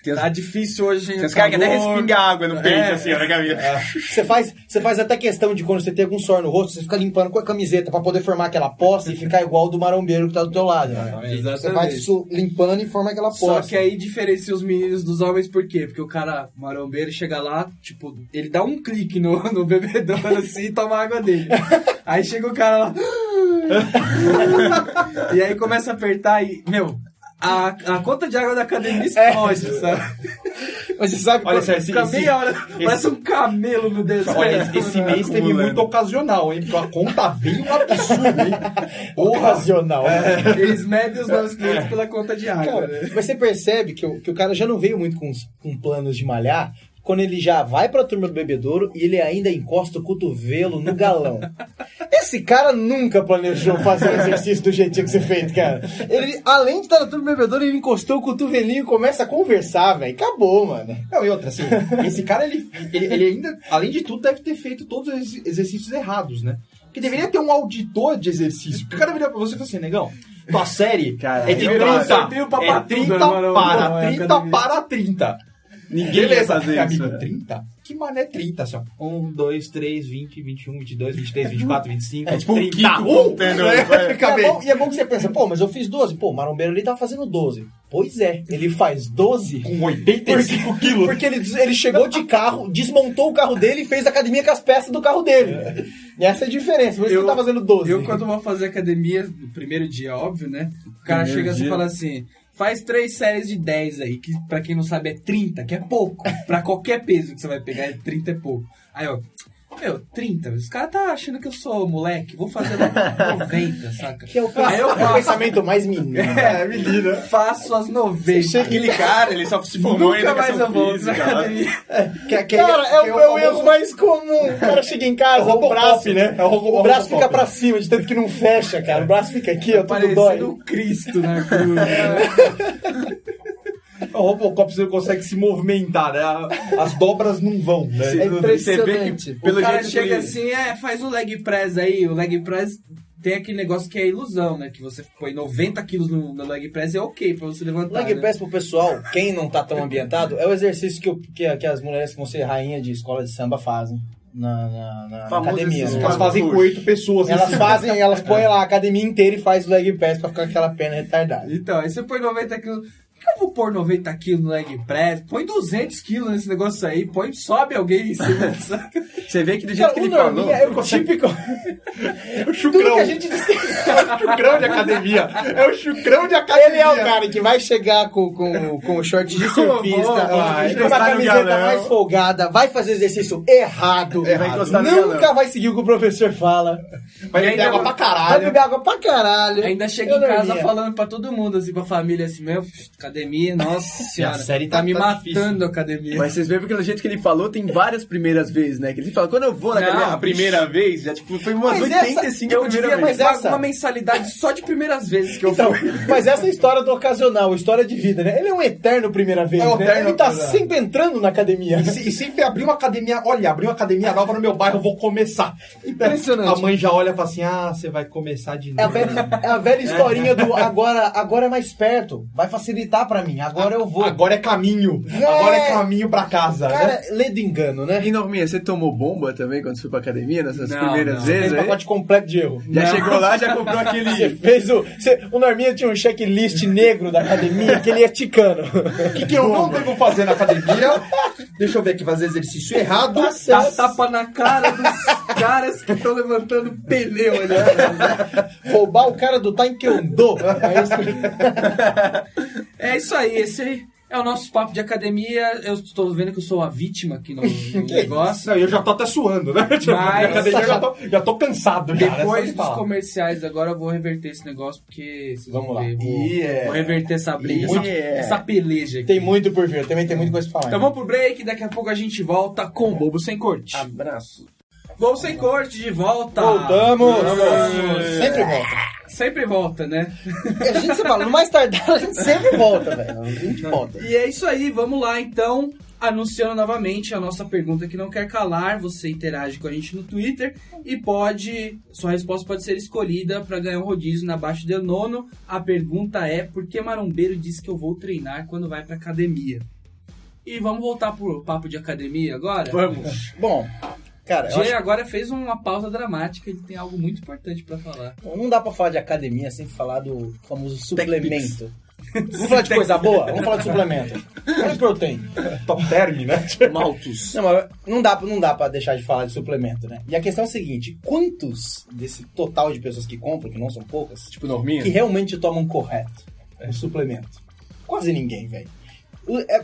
D: Tem os-
A: Tá difícil hoje, hein? Tá
D: Os caras querem até
A: calor.
D: respingar água no peito,
A: É.
D: assim, ó, na cabeça.
B: *laughs* Você faz, você faz até questão de quando você tem algum suor no rosto, você fica limpando com a camiseta pra poder formar aquela poça e ficar igual o do marombeiro que tá do teu lado. né?
A: É, Exatamente.
B: Você vai su- limpando e forma aquela
A: Só
B: poça.
A: que é aí diferencia os meninos dos homens, por quê? Porque o cara marombeiro chega lá, tipo, ele dá um clique no, no bebedouro assim e toma a água dele. Aí chega o cara lá. e aí começa a apertar e. Meu, a, a conta de água da
D: É.
A: academia explode, sabe?
B: Mas você sabe
E: Olha, esse,
A: Fica
E: esse-
A: meia hora, parece um camelo no deserto.
E: Olha, esse- esse mês teve
D: Acumulando.
E: muito ocasional, hein? Porque a conta veio um absurdo, hein? Porra,
A: *laughs*
B: ocasional.
A: É. Eles medem os novos clientes pela conta de água. né?
B: Cara, mas você percebe que o, que o cara já não veio muito com, os- com planos de malhar quando ele já vai pra turma do bebedouro e ele ainda encosta o cotovelo no
E: *laughs*
B: galão. Esse cara nunca planejou fazer o exercício do jeitinho que você fez, cara. Ele, além de estar na turma do bebedouro, ele encostou o cotovelinho e começa a conversar, velho. Acabou, mano.
E: Não, e outra, assim, esse cara, ele, ele, ele ainda, além de tudo, deve ter feito todos os ex- exercícios errados, né? Porque deveria ter um auditor de exercício. Porque o cara viria pra você e fala assim, negão, tua série
D: Cara,
E: é de
D: eu
E: 30,
A: sorteio pra
E: é
A: patudo,
E: 30
A: mano, não, é
E: para 30
A: academia.
E: para 30.
D: Ninguém vai fazer
E: amigo,
B: né?
D: isso.
E: 30? Que mané 30, assim, ó. 1, 2, 3, 20, 21, 22, 23, 24, 25,
D: É tipo um
E: 30.
D: Kiko contando.
E: né?
B: E é, bom, e é bom que você pensa, pô, mas eu fiz 12. Pô, o marombeiro ali tá fazendo 12. Pois é, ele faz 12
E: Com
D: Um
E: 85 quilos.
B: Porque ele, ele chegou de carro, desmontou o carro dele e fez academia com as peças do carro dele. E essa é a diferença. Por isso
A: Eu-
B: que ele tá fazendo 12.
A: Eu, quando vou fazer academia, no primeiro dia, óbvio, né? O cara
D: Primeiro
A: chega assim e
D: dia.
A: fala assim: faz três séries de 10 aí, que pra quem não sabe é 30, que é pouco. pra qualquer peso que você vai pegar, é 30 é pouco. Aí, ó. Meu, 30. Os caras tá achando que eu sou moleque. Vou fazer lá
D: *laughs*
A: 90, saca?
B: Que é o,
A: Aí Ah, eu
B: é *laughs* o
A: faço.
B: pensamento mais
A: *laughs*
B: menino.
A: É,
D: né?
A: menina. Faço as 90.
D: Aquele cara, ele só se formou em
A: Nunca mais eu
D: educação
A: vou
D: física. né?
A: pra academia.
B: Que- que-
E: Cara, é o
B: que
E: meu
B: famoso-
E: erro
B: mais comum. O cara chega em casa, o, braço,
E: né? É o Robocop.
B: O braço fica pra cima, de tanto que não fecha, cara. O braço fica
A: Tá
B: aqui, ó, tudo dói.
A: Parecendo o Cristo na *laughs* cruz.
E: O Robocop você não consegue se movimentar, né? A- As dobras não vão, né?
D: Você-
B: É impressionante.
D: você vê que,
A: o
D: pelo
A: cara
D: jeito
A: chega
D: que ele-
A: assim, é, faz o leg press aí. O leg press tem aquele negócio que é ilusão, né? Que você põe 90 quilos no, no leg press é ok pra você levantar.
B: Leg
A: né?
B: press pro pessoal, quem não tá tão ambientado, é o exercício que, o- que, que as mulheres que vão ser rainha de escola de samba fazem na, na- na
D: Famoso
B: academia.
D: exercício.
B: né?
E: Elas fazem com oito pessoas.
B: Elas
E: assim.
B: fazem, *laughs* elas põem lá a academia inteira e faz o leg press pra ficar com aquela perna retardada.
A: Então, aí você põe 90 quilos. que eu vou pôr 90 quilos no leg press? Põe 200 quilos nesse negócio aí, põe, sobe alguém em cima, saca?
D: Você vê que do jeito que ele falou.
B: é o
E: *laughs*
B: típico. o chucrão. Tudo que a gente disse.
E: o chucrão de academia. É o chucrão de academia.
B: Ele é o cara que vai chegar com, com, com o short
E: *laughs*
B: de surfista,
D: vai
B: com uma
D: encostar no
B: camiseta
D: galão.
B: mais folgada, vai fazer exercício errado.
D: É, vai encostar no
B: Nunca
D: galão.
B: vai seguir o que o professor fala.
E: Vai beber
A: ainda- é
E: água pra
B: Vai
E: caralho.
B: beber água pra caralho.
A: Ainda chega
B: Eu
A: em
B: não
A: casa
B: iria.
A: falando pra todo mundo, assim, pra família, assim, meu, pff, academia, nossa senhora.
E: série
A: tá,
E: tá-
A: me
E: tá
A: matando
E: difícil.
A: a academia.
D: Mas vocês veem porque do jeito que ele falou, tem várias primeiras vezes, né? Que ele fala, quando eu vou na
A: Não,
D: academia a
A: bicho.
D: primeira vez, já tipo, foi umas
B: Mas
D: 85
A: eu
D: primeiras
A: devia
D: vezes.
A: mais
B: essa-
A: uma mensalidade só de primeiras vezes que eu
B: Então,
A: fui.
B: mas essa é a história do ocasional, a história de vida, né? Ele é um eterno primeira vez,
E: É um
B: né?
E: eterno
B: Ele tá
E: primeira.
B: sempre entrando na academia.
E: E se- E sempre abrir uma academia, olha, abrir uma academia nova no meu bairro, eu vou começar.
B: Impressionante.
E: A mãe já olha e fala assim: ah, você vai começar de
B: É a
E: novo.
B: velha, é a velha historinha do agora, agora é mais perto, vai facilitar pra mim, agora eu vou.
E: Agora é caminho.
B: É.
E: Agora é caminho pra casa. né?
B: Cara, lê do engano,
E: é-
B: né?
D: E Norminha, você tomou bomba também quando foi pra academia nessas
A: Não,
D: primeiras
A: não.
D: vezes?
B: Fez
D: aí?
B: pacote completo de erro.
D: Já chegou lá, já comprou
B: Você
D: aquele.
B: fez o. você- o Norminha tinha um checklist negro da academia que ele ia *laughs* ticando.
E: O que, que eu não devo fazer na academia?
B: Tá
E: Deixa eu ver aqui, fazer exercício errado.
A: Tá, tapa na cara
B: *laughs*
A: dos caras que estão levantando pneu né? ali.
B: tá. Roubar o cara do Taekwondo. É isso que-
A: É isso aí, esse é o nosso papo de academia. Eu estou vendo que eu sou a vítima
B: *laughs*
A: aqui no, no negócio.
E: Não, eu já tô até suando, né? *laughs* Tipo,
A: Mas-
E: na academia eu já tô, já tô cansado.
B: é
E: já, né?
A: Depois
E: Só de
A: dos
E: falar.
A: comerciais, agora eu vou reverter esse negócio, porque vocês vão
B: Vamos lá. é.
A: ver. eu Vou,
D: Yeah.
A: vou reverter essa briga, essa-
D: Yeah.
A: essa, peleja aqui.
B: Tem muito por vir, também tem muita coisa pra falar.
A: Então vamos pro break, daqui a pouco a gente volta com o Bobo Sem Corte.
D: Abraço.
A: Bobo Sem Corte de volta!
B: Voltamos!
A: Voltamos.
B: Sempre volta.
A: Sempre volta, né?
B: A gente se fala, no mais tardar a gente sempre volta, velho. A gente volta.
A: E é isso aí, vamos lá então. Anunciando novamente a nossa pergunta que não quer calar, você interage com a gente no Twitter e pode, sua resposta pode ser escolhida para ganhar um rodízio na Baixa del Nono. A pergunta é: por que marombeiro diz que eu vou treinar quando vai pra academia? E vamos voltar pro papo de academia agora?
D: Vamos.
B: Bom, cara, eu
A: Jay agora fez uma pausa dramática, ele tem algo muito importante pra falar.
B: acho- não dá pra falar de academia sem falar do famoso suplemento. Vamos falar de coisa boa? Vamos falar de suplemento. Olha que eu tenho.
E: Top term, né?
D: Maltos.
B: Não, mas não dá, não dá pra deixar de falar de suplemento, né? E a questão é a seguinte: quantos desse total de pessoas que compram, que não são poucas,
D: Tipo, Norminha.
B: que realmente tomam correto o suplemento? Quase ninguém, velho. O- é-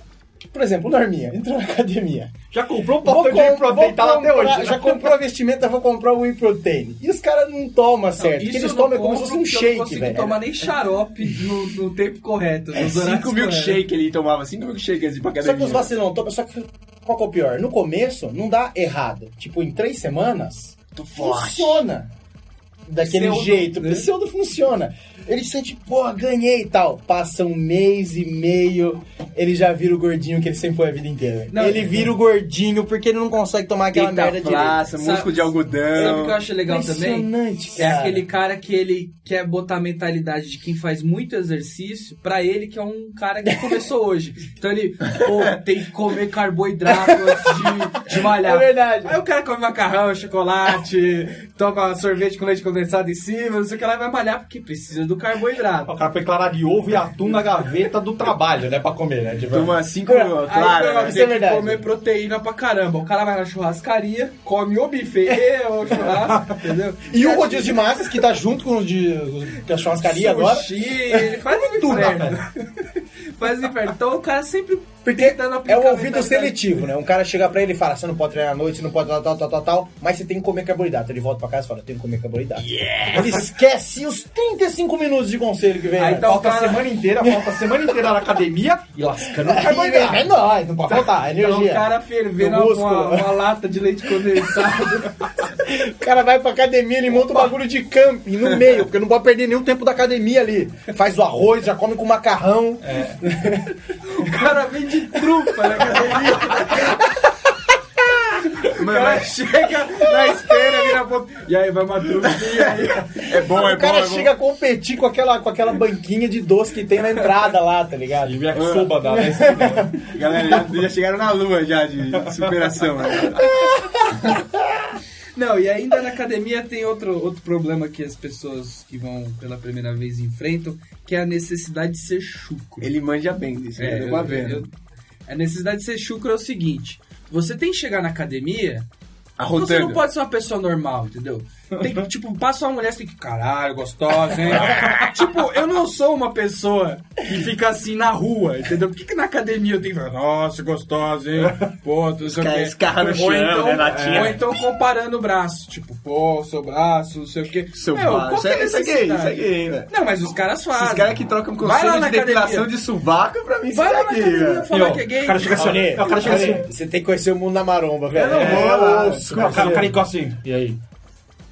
B: Por exemplo, o Norminha entrou na academia.
E: Já comprou um
B: Vou
E: papel
B: com-
E: de proteína,
B: vou
E: tá lá até
B: comprar-
E: hoje.
B: Já comprou a vestimenta, vou comprar o Whey Protein. E os caras não tomam certo. porque eles
A: eu não
B: tomam é como se
A: compro,
B: fosse um
A: porque Eu não
B: shake,
A: consigo
B: velho.
A: tomar nem xarope no, no tempo correto.
D: É
A: nos horários
D: 5
A: corretos.
D: milkshake ele tomava, 5 milkshake antes de ir pra
B: Só que
D: academia.
B: os vacilão tomam. Só que qual que é o pior? No começo, não dá errado. Tipo, em três semanas, funciona. Daquele
A: Pseudo,
B: jeito.
A: né?
B: Pseudo funciona. Ele sente, porra, ganhei e tal. Passa um mês e meio, ele já vira o gordinho que ele sempre foi a vida inteira.
A: Não, é
B: ele
A: não.
B: vira o gordinho porque ele não consegue tomar aquela merda direito.
D: Flaça,
A: direito.
D: músculo de algodão.
A: Sabe o que eu acho legal também?
B: Impressionante,
A: É
B: cara.
A: aquele cara que ele quer botar a mentalidade de quem faz muito exercício pra ele que é um cara que começou *laughs* hoje. Então ele, pô, tem que comer carboidrato antes de, de malhar.
B: É verdade.
A: Aí o cara come macarrão, chocolate, toma sorvete com leite condensado em cima, não sei o que lá, e vai malhar porque precisa do carboidrato.
E: O cara põe clara de ovo e atum na gaveta do trabalho, né? Pra comer, né? Tipo,
D: Toma 5
B: Aí,
A: Aí,
D: claro. né?
A: meu,
B: isso
A: tem
B: é
A: que
B: verdade.
A: comer proteína pra caramba. O cara vai na churrascaria, come o *laughs* buffet, o churrasco, entendeu?
B: E o rodízio de massas, que tá junto com o de com a churrascaria agora. é
A: Sushi, ele faz o inferno. *laughs* faz o inferno. Então o cara sempre tentando aplicar
B: É o
A: a
B: ouvido
A: mentalidade.
B: seletivo, né? Um cara chega pra ele e fala: você não pode treinar à noite, você não pode tal, tal, tal, tal, tal, mas você tem que comer carboidrato. Ele volta pra casa e fala: tem que comer carboidrato. Ele esquece os 35 minutos de conselho que vem. né?
A: Aí
B: antes.
A: tá o
E: Falta a
A: cara-
E: semana inteira, falta a semana inteira na academia e lascando
B: Aí vem,
E: carboidrato.
B: é nóis, não pode faltar, é
A: Então
B: energia.
A: o cara fervendo
B: No
A: uma,
B: músculo.
A: uma lata de leite condensado.
B: O cara vai pra academia, ele monta um bagulho de camping no meio, porque não pode perder nenhum tempo da academia ali. Faz o arroz, já come com macarrão.
A: o cara vem de né, trufa na academia. O
D: Mano,
A: cara
D: mas
A: chega na esteira, vira a ponta. E aí, vai uma *laughs* trufinha aí.
D: é bom, é
B: o
D: bom.
B: cara
D: é bom.
B: chega a competir com aquela, com aquela banquinha de doce que tem na entrada lá, tá ligado? É.
E: Soba da
D: Galera, já, já chegaram na lua já de superação. né?
A: Não, e ainda na academia tem outro, outro problema que as pessoas que vão pela primeira vez enfrentam, que é a necessidade de ser chucro.
D: Ele manja bem disso,
A: É,
D: né? Deu
A: eu-
D: pra ver. né?
A: eu- a necessidade de ser chucro é o seguinte: você tem que chegar na academia. Você
D: Arrotando.
A: não pode ser uma pessoa normal, entendeu? Tem que, tipo, passa uma mulher, você tem que, caralho, gostosa,
D: *laughs*
A: hein? tipo, eu não sou uma pessoa que fica assim na rua, entendeu? Por que, que na academia eu tenho que falar, nossa, gostosa, hein? Pô, tu não sei o quê.
D: escarra no
A: Ou
D: chão,
A: então-
D: né, latinha.
A: Ou então comparando o braço, tipo, pô, seu braço, não sei o quê.
D: Seu
A: Meu,
D: pai.
A: qual
D: Isso
A: que é a
D: é isso é gay, isso é
A: necessidade?
D: gay, né?
A: Não, mas os caras fazem.
D: Esses caras que trocam
A: Ah, Vai lá
D: conselho
A: na
D: de depilação
A: academia.
D: de sovaco, pra
A: Vai
D: mim isso
A: lá
D: é
A: na
D: gay,
A: academia
D: velho.
A: falar que é gay.
E: Olha, o cara chega assim.
B: Você tem que conhecer o mundo na maromba, velho.
D: Eu não vou
B: É,
D: lá.
B: osso,
E: Não, o cara, o cara
B: parceiro.
E: encosta assim. E aí?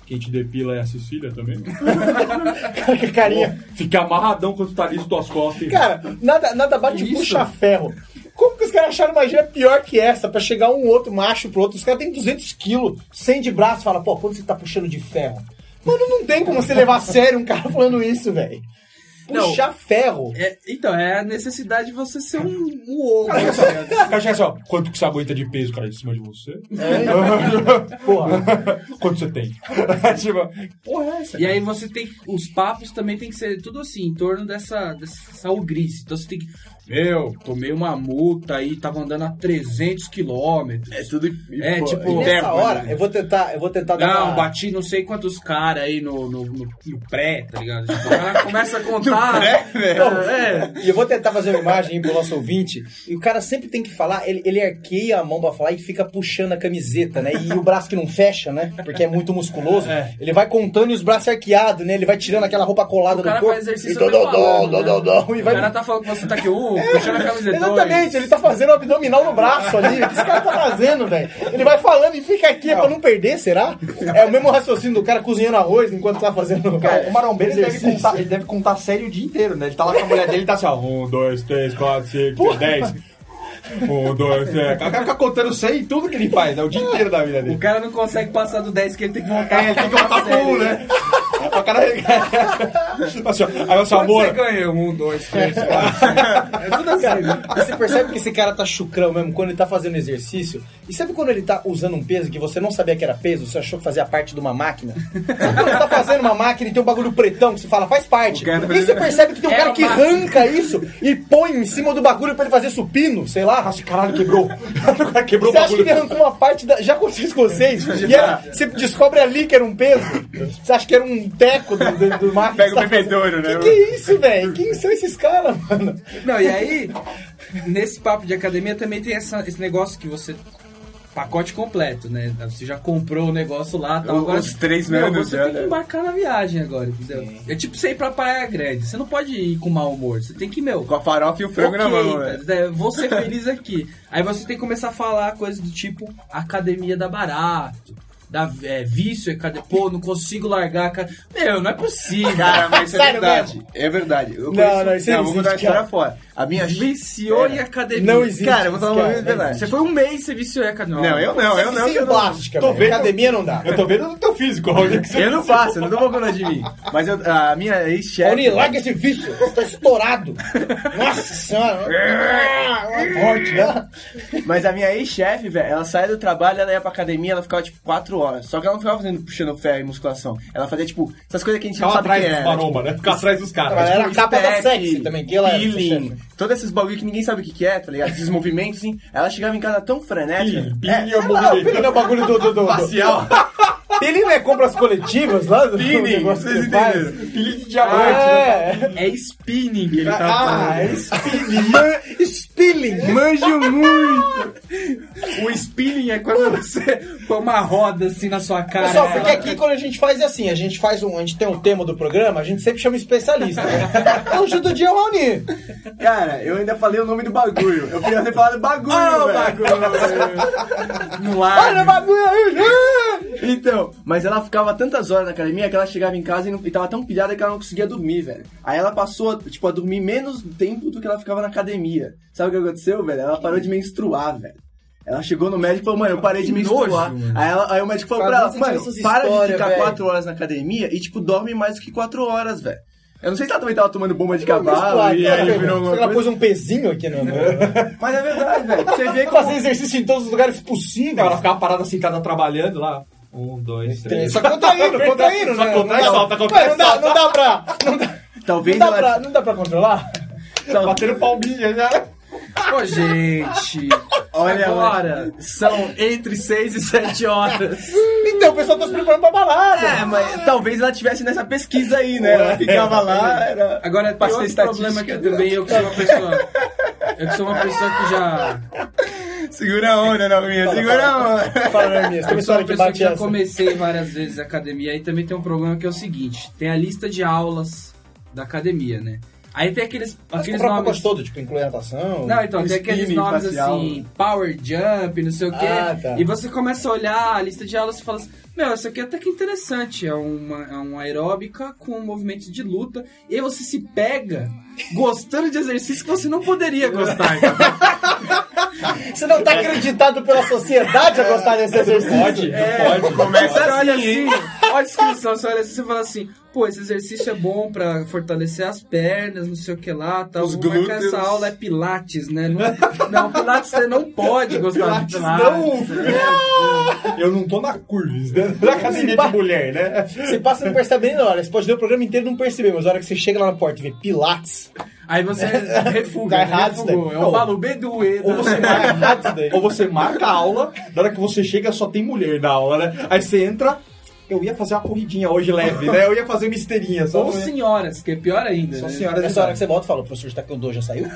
E: Quem te depila é a Cecília também?
B: Que carinha.
E: Fica amarradão quando tá liso tuas costas. hein?
B: Cara, nada, nada bate puxa ferro. Como que os caras acharam uma gíria pior que essa? Pra chegar um outro macho pro outro. Os caras têm 200 quilos, 100 de braço. Fala, pô, quando você tá puxando de ferro? Mano, não tem como você levar a sério um cara *laughs* falando isso, velho. Puxar
D: *laughs*
B: ferro.
A: É, então, é a necessidade de você ser um, um ovo.
E: O cara chega assim, ó. Quanto que você aguenta de peso, cara, em cima de você?
B: Porra.
E: Quanto você tem? tipo, porra é essa?
A: E aí você tem. Os papos também tem que ser tudo assim, em torno dessa, dessa ogrice. Então você tem que. Meu, tomei uma multa aí, tava andando a 300 quilômetros.
D: É tudo.
A: É,
D: pô,
A: tipo,
B: E
A: Pô,
B: nessa
A: verba,
D: né?
B: hora, eu vou tentar, eu vou tentar dar
A: Não,
B: uma...
A: bati não sei quantos caras aí no, no, no- no pré, tá ligado? Tipo, o cara começa
B: *laughs*
A: a contar. É,
B: E eu vou tentar fazer uma imagem aí pro nosso ouvinte. E o cara sempre tem que falar, ele, ele arqueia a mão pra falar e fica puxando a camiseta, né? E o braço que não fecha, né? Porque é muito musculoso.
A: É.
B: Ele vai contando e os braços arqueados, né? Ele vai tirando aquela roupa colada
A: O cara
B: do corpo.
A: faz exercício
B: e dó, dó, dó,
A: falando,
B: dó,
A: né?
B: dó, dó, e
A: O
B: vai.
A: cara tá falando que você tá aqui um, puxando a camiseta dois.
B: É, Exatamente, ele tá fazendo abdominal no braço ali. O que esse cara tá fazendo, velho? Ele vai falando e fica aqui pra não perder, será? É o mesmo raciocínio do cara cozinhando arroz enquanto tá fazendo.
E: Cara,
A: É.
E: o marombeiro ele deve,
B: exercício.
E: contar, ele deve contar sério o dia inteiro, né? Ele tá lá com a mulher dele e tá assim, ó. Um, dois, três, quatro, cinco, dez. Um, dois, três. O cara fica contando sei e tudo que ele faz, né? O dia inteiro da
A: *laughs*
E: vida
A: O
E: dele.
A: cara não consegue passar do 10 que ele tem que voltar.
E: É, ele tem que botar
B: um,
A: Sério.
E: pulo, né? O cara.
A: *laughs*
E: assim, ó, aí
A: Quanto
E: o seu
A: você
E: amor. tá
A: ganha? Um, dois, três, quatro. É tudo assim, né?
B: Você percebe que esse cara tá chucrão mesmo quando ele tá fazendo exercício? E sabe quando ele tá usando um peso que você não sabia que era peso, você achou que fazia parte de uma máquina? Sabe quando você tá fazendo uma máquina e tem um bagulho pretão que você fala, faz parte.
D: cara tá
B: E você
D: fazendo-
B: percebe que tem um
A: É
B: cara
A: uma
B: que
A: máquina.
B: arranca isso e põe em cima do bagulho pra ele fazer supino, sei lá.
E: Nossa,
D: *laughs*
E: caralho, quebrou. O cara quebrou
B: Você
E: o
B: acha que
E: bagulho.
B: ele arrancou uma parte da. Já aconteceu isso com vocês? E era- você descobre ali que era um peso? Você acha que era um teco do, do, do máquina?
D: Pega o
B: que você tá fazendo?
D: bebedouro, né?
B: Que que é isso, velho? Quem são esses caras, mano?
A: Não, e aí, nesse papo de academia também tem essa- esse negócio que você. Pacote completo, né? Você já comprou o negócio lá tal.
D: Os
A: Agora,
D: três
A: Meu,
D: mesmo,
A: Você
D: né?
A: tem que embarcar na viagem agora, entendeu? É tipo você ir pra Praia Grande. Você não pode ir com mau humor. Você tem que, meu.
D: Com a farofa e o frango
A: ok,
D: na mão,
A: tá,
D: velho.
A: é, vou ser feliz aqui. Aí você tem que começar a falar coisas do tipo academia da barato, da é, vício, academia, pô, não consigo largar. Cara. Meu, não é possível.
D: Cara, mas isso é
B: Sério
D: verdade. É verdade. Eu
B: Não,
D: conheço-
B: não, isso não
D: vou
B: existe,
D: contar a história
B: cara.
D: fora. A minha
A: Viciou
D: Pera.
A: em academia.
B: Não existe.
D: Cara, eu vou falar uma
B: Cara,
D: coisa verdade.
A: Você foi um mês, você viciou em academia.
D: né? Não, eu não, eu não.
B: Sem
D: eu não.
B: plástica,
E: Tô
B: velho.
E: vendo.
B: Academia não dá.
E: Eu tô vendo o teu físico, olha que você-
D: Eu não faço, eu não tô falando de mim. Mas eu- a minha
B: Oni,
D: ex-chefe.
B: larga esse vício, você tá estourado. Nossa senhora. Forte, né?
D: Mas a minha ex-chefe, velho, ela saía do trabalho, ela ia pra academia, ela ficava tipo 4 horas. Só que ela não ficava fazendo puxando ferro e musculação. Ela fazia tipo essas coisas que a gente não sabe
E: Ficava
D: o
E: atrás
D: que
E: dos
D: é.
E: maromba, né? Ficava atrás dos caras.
A: É.
B: Ela era a capa da
D: Step,
B: sexy também, que ela era
D: peeling,
B: chefe.
D: todos esses bagulho que ninguém sabe o que que é, tá ligado? Esses movimentos, assim. Ela chegava em casa tão frenética.
E: Peeling,
D: É,
E: peeling é o
D: sei lá,
B: Ah, o
E: movimento.
B: Pelino é o bagulho do. do,
E: *laughs*
B: do, do.
D: facial.
B: Pelino é compras coletivas lá do do
D: Peeling,
B: negócio que
D: vocês
B: você faz.
D: entenderam.
E: Filho de diamante.
B: É.
A: É spinning ele tá falando.
B: Ah, é spilling.
E: *laughs*
B: Man- Spilling.
D: Manjo muito.
A: O spinning é quando você põe uma roda assim na sua cara.
B: ah. Pessoal,
A: Ela-
B: porque aqui quando a gente faz é assim, a gente faz um, a gente tem um tema do programa, a gente sempre chama especialista.
E: *laughs*
B: né? Então, hoje do dia é o Raoni.
D: Cara, eu ainda falei o nome do bagulho. Eu queria ter falado bagulho,
A: Ah, o
D: velho.
A: No
B: Olha o
A: ar.
B: bagulho aí, né?
D: Então, mas ela ficava tantas horas na academia que ela chegava em casa e, não, e tava tão pilhada que ela não conseguia dormir, velho. Aí ela passou, tipo, a dormir menos tempo do que ela ficava na academia. Sabe o que aconteceu, velho? Ela parou de menstruar, velho. Ela chegou no médico e falou, mano, eu parei de menstruar. aí, ela- aí o médico falou pra
B: Cara,
D: ela,
B: você tinha
D: mano,
B: essas
D: para de
B: histórias,
D: ficar
B: velho."
D: 4 horas na academia e, tipo, dorme mais do que 4 horas, velho. Eu não sei se ela também tava tomando bomba de cavalo e aí virou alguma
B: Ela pôs
D: coisa.
B: um pezinho aqui no.
E: É.
B: no-
D: Mas *laughs* é verdade, velho. Você vê como
B: Fazer exercício em todos os lugares possíveis.
A: assim,
E: Ela ficava parada sentada trabalhando lá.
A: Um, dois,
B: Tem-
A: três.
B: Só
E: *laughs*
B: conta
E: É
B: hino, conta hino, né? Não dá-
E: solta, contra
B: Ué, Não dá, não dá pra. Não dá,
D: Talvez
B: não dá
D: ela.
B: pra, não dá pra controlar?
D: tal-
E: Tá Batendo palminha já.
A: Pô, gente.
D: Olha,
A: Agora.
D: mano, são entre 6 e 7 horas.
B: Então o pessoal tá se preparando pra balada.
D: É, mas talvez ela tivesse nessa pesquisa aí, né?
B: É.
D: Ela ficava lá, era.
A: Agora tem
D: Passei
A: outro problema aqui
D: estatística.
A: também. Eu que sou uma pessoa. Eu que sou uma pessoa que já.
D: Segura a onda, novinha, segura a onda.
E: É.
B: Fala, Hermes, tem uma
A: Eu sou uma
B: história que
A: pessoa que
B: bate
A: já
B: essa.
A: comecei várias vezes a academia. Aí também tem um problema que é o seguinte: tem a lista de aulas da academia, né? Aí tem aqueles,
B: Mas
A: aqueles
B: comprar o
A: nomes.
B: pacote todo, tipo, inclui natação.
A: Não, então, tem aqueles
D: Spinning
A: nomes
D: facial.
A: assim, Power Jump, não sei o quê.
B: Ah, tá.
A: E você começa a olhar a lista de aulas e fala assim, meu, isso aqui é até que interessante. É uma, é uma aeróbica com movimentos de luta. E aí você se pega gostando de exercício que você não poderia gostar. então. entendeu?
B: Você não tá acreditado pela sociedade a gostar desse exercício?
E: É. Pode,
A: É.
E: pode.
A: Você olha assim, olha a descrição, você olha assim, você fala assim, pô, esse exercício é bom pra fortalecer as pernas, não sei o que lá, tal.
D: Os
A: Vou marcar
D: glúteos.
A: essa aula é pilates, né? Não, não, pilates você não pode gostar de pilates. É.
E: Eu não tô na curvis, né? Na academia de mulher, né?
B: Você passa e não percebe nem na hora. Você pode ler o programa inteiro e não perceber, mas a hora que você chega lá na porta e vê Pilates,
A: Aí você refuga.
B: *laughs* Tá
A: né?
B: errado isso daí.
A: Refugou. Eu
E: Não.
A: falo beduê.
E: Ou você,
B: tá
E: marca,
B: errado isso daí.
E: ou você marca a aula, na hora que você chega só tem mulher na aula, né? Aí você entra, eu ia fazer uma corridinha hoje leve, né? Eu ia fazer uma esteirinha, só
A: Ou senhoras, que é pior ainda.
E: Só
A: né?
E: senhora
B: Nessa hora que você Então- volta e fala, o professor Taekwondo já saiu?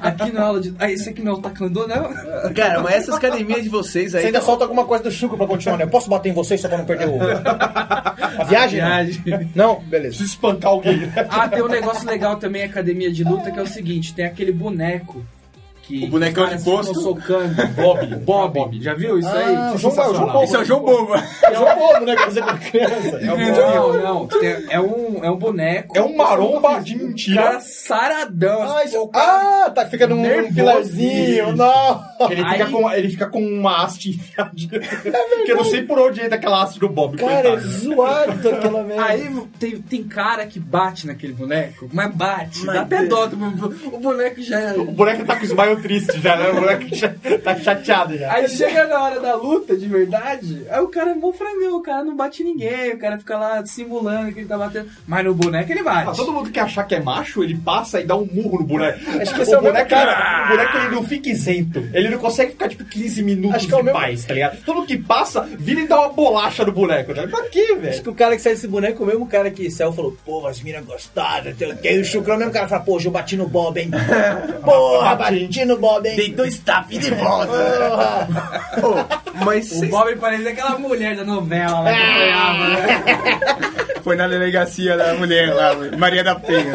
A: Aqui na aula de. Ah, esse aqui não é o taekwondo, não?
D: Cara, mas essas academias de vocês
B: Você
D: aí. tá-
B: ainda solta alguma coisa do Chuco pra continuar, né? Eu posso bater em vocês só pra não perder o... A *laughs* viagem?
A: Viagem.
B: Não? Beleza.
E: Preciso espancar alguém, né?
A: Ah, tem um negócio legal também, academia de luta, que é o seguinte: tem aquele boneco. Que
D: O bonecão
A: os caras
D: de posto?
A: ficam
D: *laughs*
A: Socando. Bob. Bob. Já viu isso aí?
B: Ah, o João- o João Paulo.
D: Isso é o João Boba.
B: É um bobo, né? Fazer com criança.
A: É um- não, não. Tem- É um, é um boneco.
E: É um maromba de mentira.
A: cara saradão.
B: Ah,
A: assim,
B: isso... ah tá ficando um
A: Nervosinho.
B: filarzinho. *laughs* Não.
E: Ele
A: Aí-
E: fica, com, ele fica com uma haste enfiadinha. que eu não sei por onde entra aquela haste do Bob,
B: Cara, é
E: coitado.
B: zoado aquela
E: É.
B: merda.
A: Aí tem, tem cara que bate naquele boneco, mas bate. dá
E: é.
A: até dó. do- O boneco já é.
E: O boneco tá com o smile triste já, né? O boneco já tá chateado já.
A: Aí chega na hora da luta, de verdade, aí o cara é mó frameu, o cara não bate ninguém, o cara fica lá simulando que ele tá batendo. Mas no boneco ele bate.
E: Ah, todo mundo que achar que é macho, ele passa e dá um murro no boneco. Tipo,
B: Acho que esse é o mesmo
E: boneco,
B: cara.
E: o boneco ele não fica isento. Ele não consegue ficar tipo 15 minutos
B: Acho que é o
E: em
B: mesmo-
E: paz, tá ligado? Todo mundo que passa, vira e dá uma bolacha no boneco. Né? Pra quê,
B: Acho
E: velho?
B: que o cara que sai desse boneco é o mesmo cara que saiu e falou, pô, as minas gostaram, não sei o quê. E o Chucrão é o mesmo cara que fala, pô, hoje eu bati no Bob, *laughs* hein? Porra, bati no Bob, hein?
D: dois tapas de volta.
B: Porra.
D: Mas
A: O
D: vocês-
A: Bob parece aquela mulher da novela lá que
E: É.
A: apanhava, né?
D: foi na delegacia da mulher lá, Maria da Penha.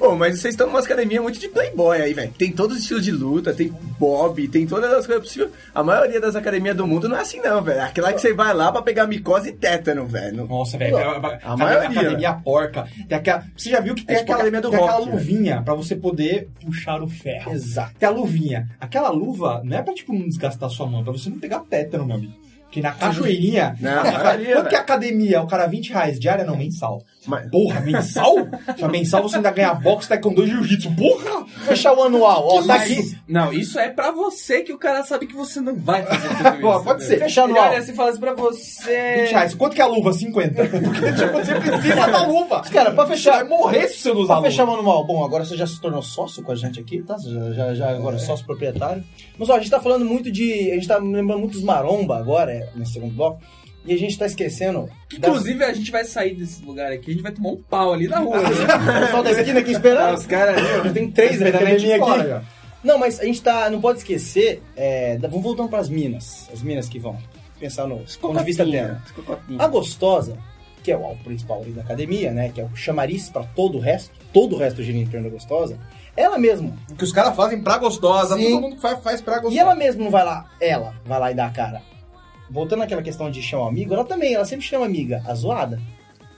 D: Ô, mas vocês estão numa academia muito de playboy aí, velho. Tem todos os estilos de luta, tem bob, tem todas as coisas possíveis. A maioria das academias do mundo não é assim, não, velho. Aquela que você vai lá pra pegar micose e tétano, velho.
E: Nossa, velho, é
B: Pô,
E: a, a, a
D: maioria.
E: academia porca. Tem aquela, você já viu que tem,
D: tipo a
E: aquela,
D: academia do
E: tem
D: rock,
E: aquela
D: velho.
E: luvinha pra você poder puxar o ferro.
B: Exato.
E: Tem a luvinha. Aquela luva não é pra tipo, não desgastar sua mão, é pra você não pegar tétano, meu amigo. Porque na cachoeirinha.
D: Não,
E: Cara,
D: maioria,
E: Quanto que é
D: velho.
E: academia? O cara 20 reais diária? Não, mensal.
D: Mas-
E: Porra, mensal? Já mensal você ainda ganha boxe, taekwondo e jiu-jitsu. Porra!
B: Fechar o anual, ó, tá
A: Mas-
B: aqui.
A: Não, isso é pra você que o cara sabe que você não vai fazer tudo
E: *laughs*
A: isso.
E: Ó, pode ser.
B: Fechar o
A: Ele
B: anual.
A: olha assim e fala assim pra
E: 20
A: você.
E: reais. Quanto que é a luva? 50. Porque tipo, você precisa da luva.
B: Cara, pra
E: Você vai
B: fechar...
E: morrer se você não usar
B: Pra
E: a luva.
B: fechar o anual, bom, agora você já se tornou sócio com a gente aqui, tá? Você Já, já, já agora é sócio proprietário. Mas ó, a gente tá falando muito de. A gente tá lembrando muito dos maromba agora, é, nesse segundo bloco. E a gente tá esquecendo.
A: Que,
B: da-
A: Inclusive, a gente vai sair desse lugar aqui, a gente vai tomar um pau ali na rua. né?
E: *laughs*
B: O pessoal da esquina aqui esperando.
D: Os caras.
B: Já tem três da
E: Tá
B: academia
E: de fora,
B: aqui.
E: já.
B: Não, mas a gente tá, não pode esquecer. É, da- vamos voltando pras minas. As minas que vão pensar no ponto de vista dela. A gostosa, que é o alvo principal ali da academia, né? Que é o chamariz pra todo o resto. Todo o resto gira em torno da gostosa. Ela mesma.
E: O que os caras fazem pra gostosa.
B: Sim.
E: Todo mundo faz, faz pra gostosa.
B: E ela mesma não vai lá. Ela vai lá e dá a cara. Voltando àquela questão de chamar amigo, ela também, ela sempre chama amiga, a zoada.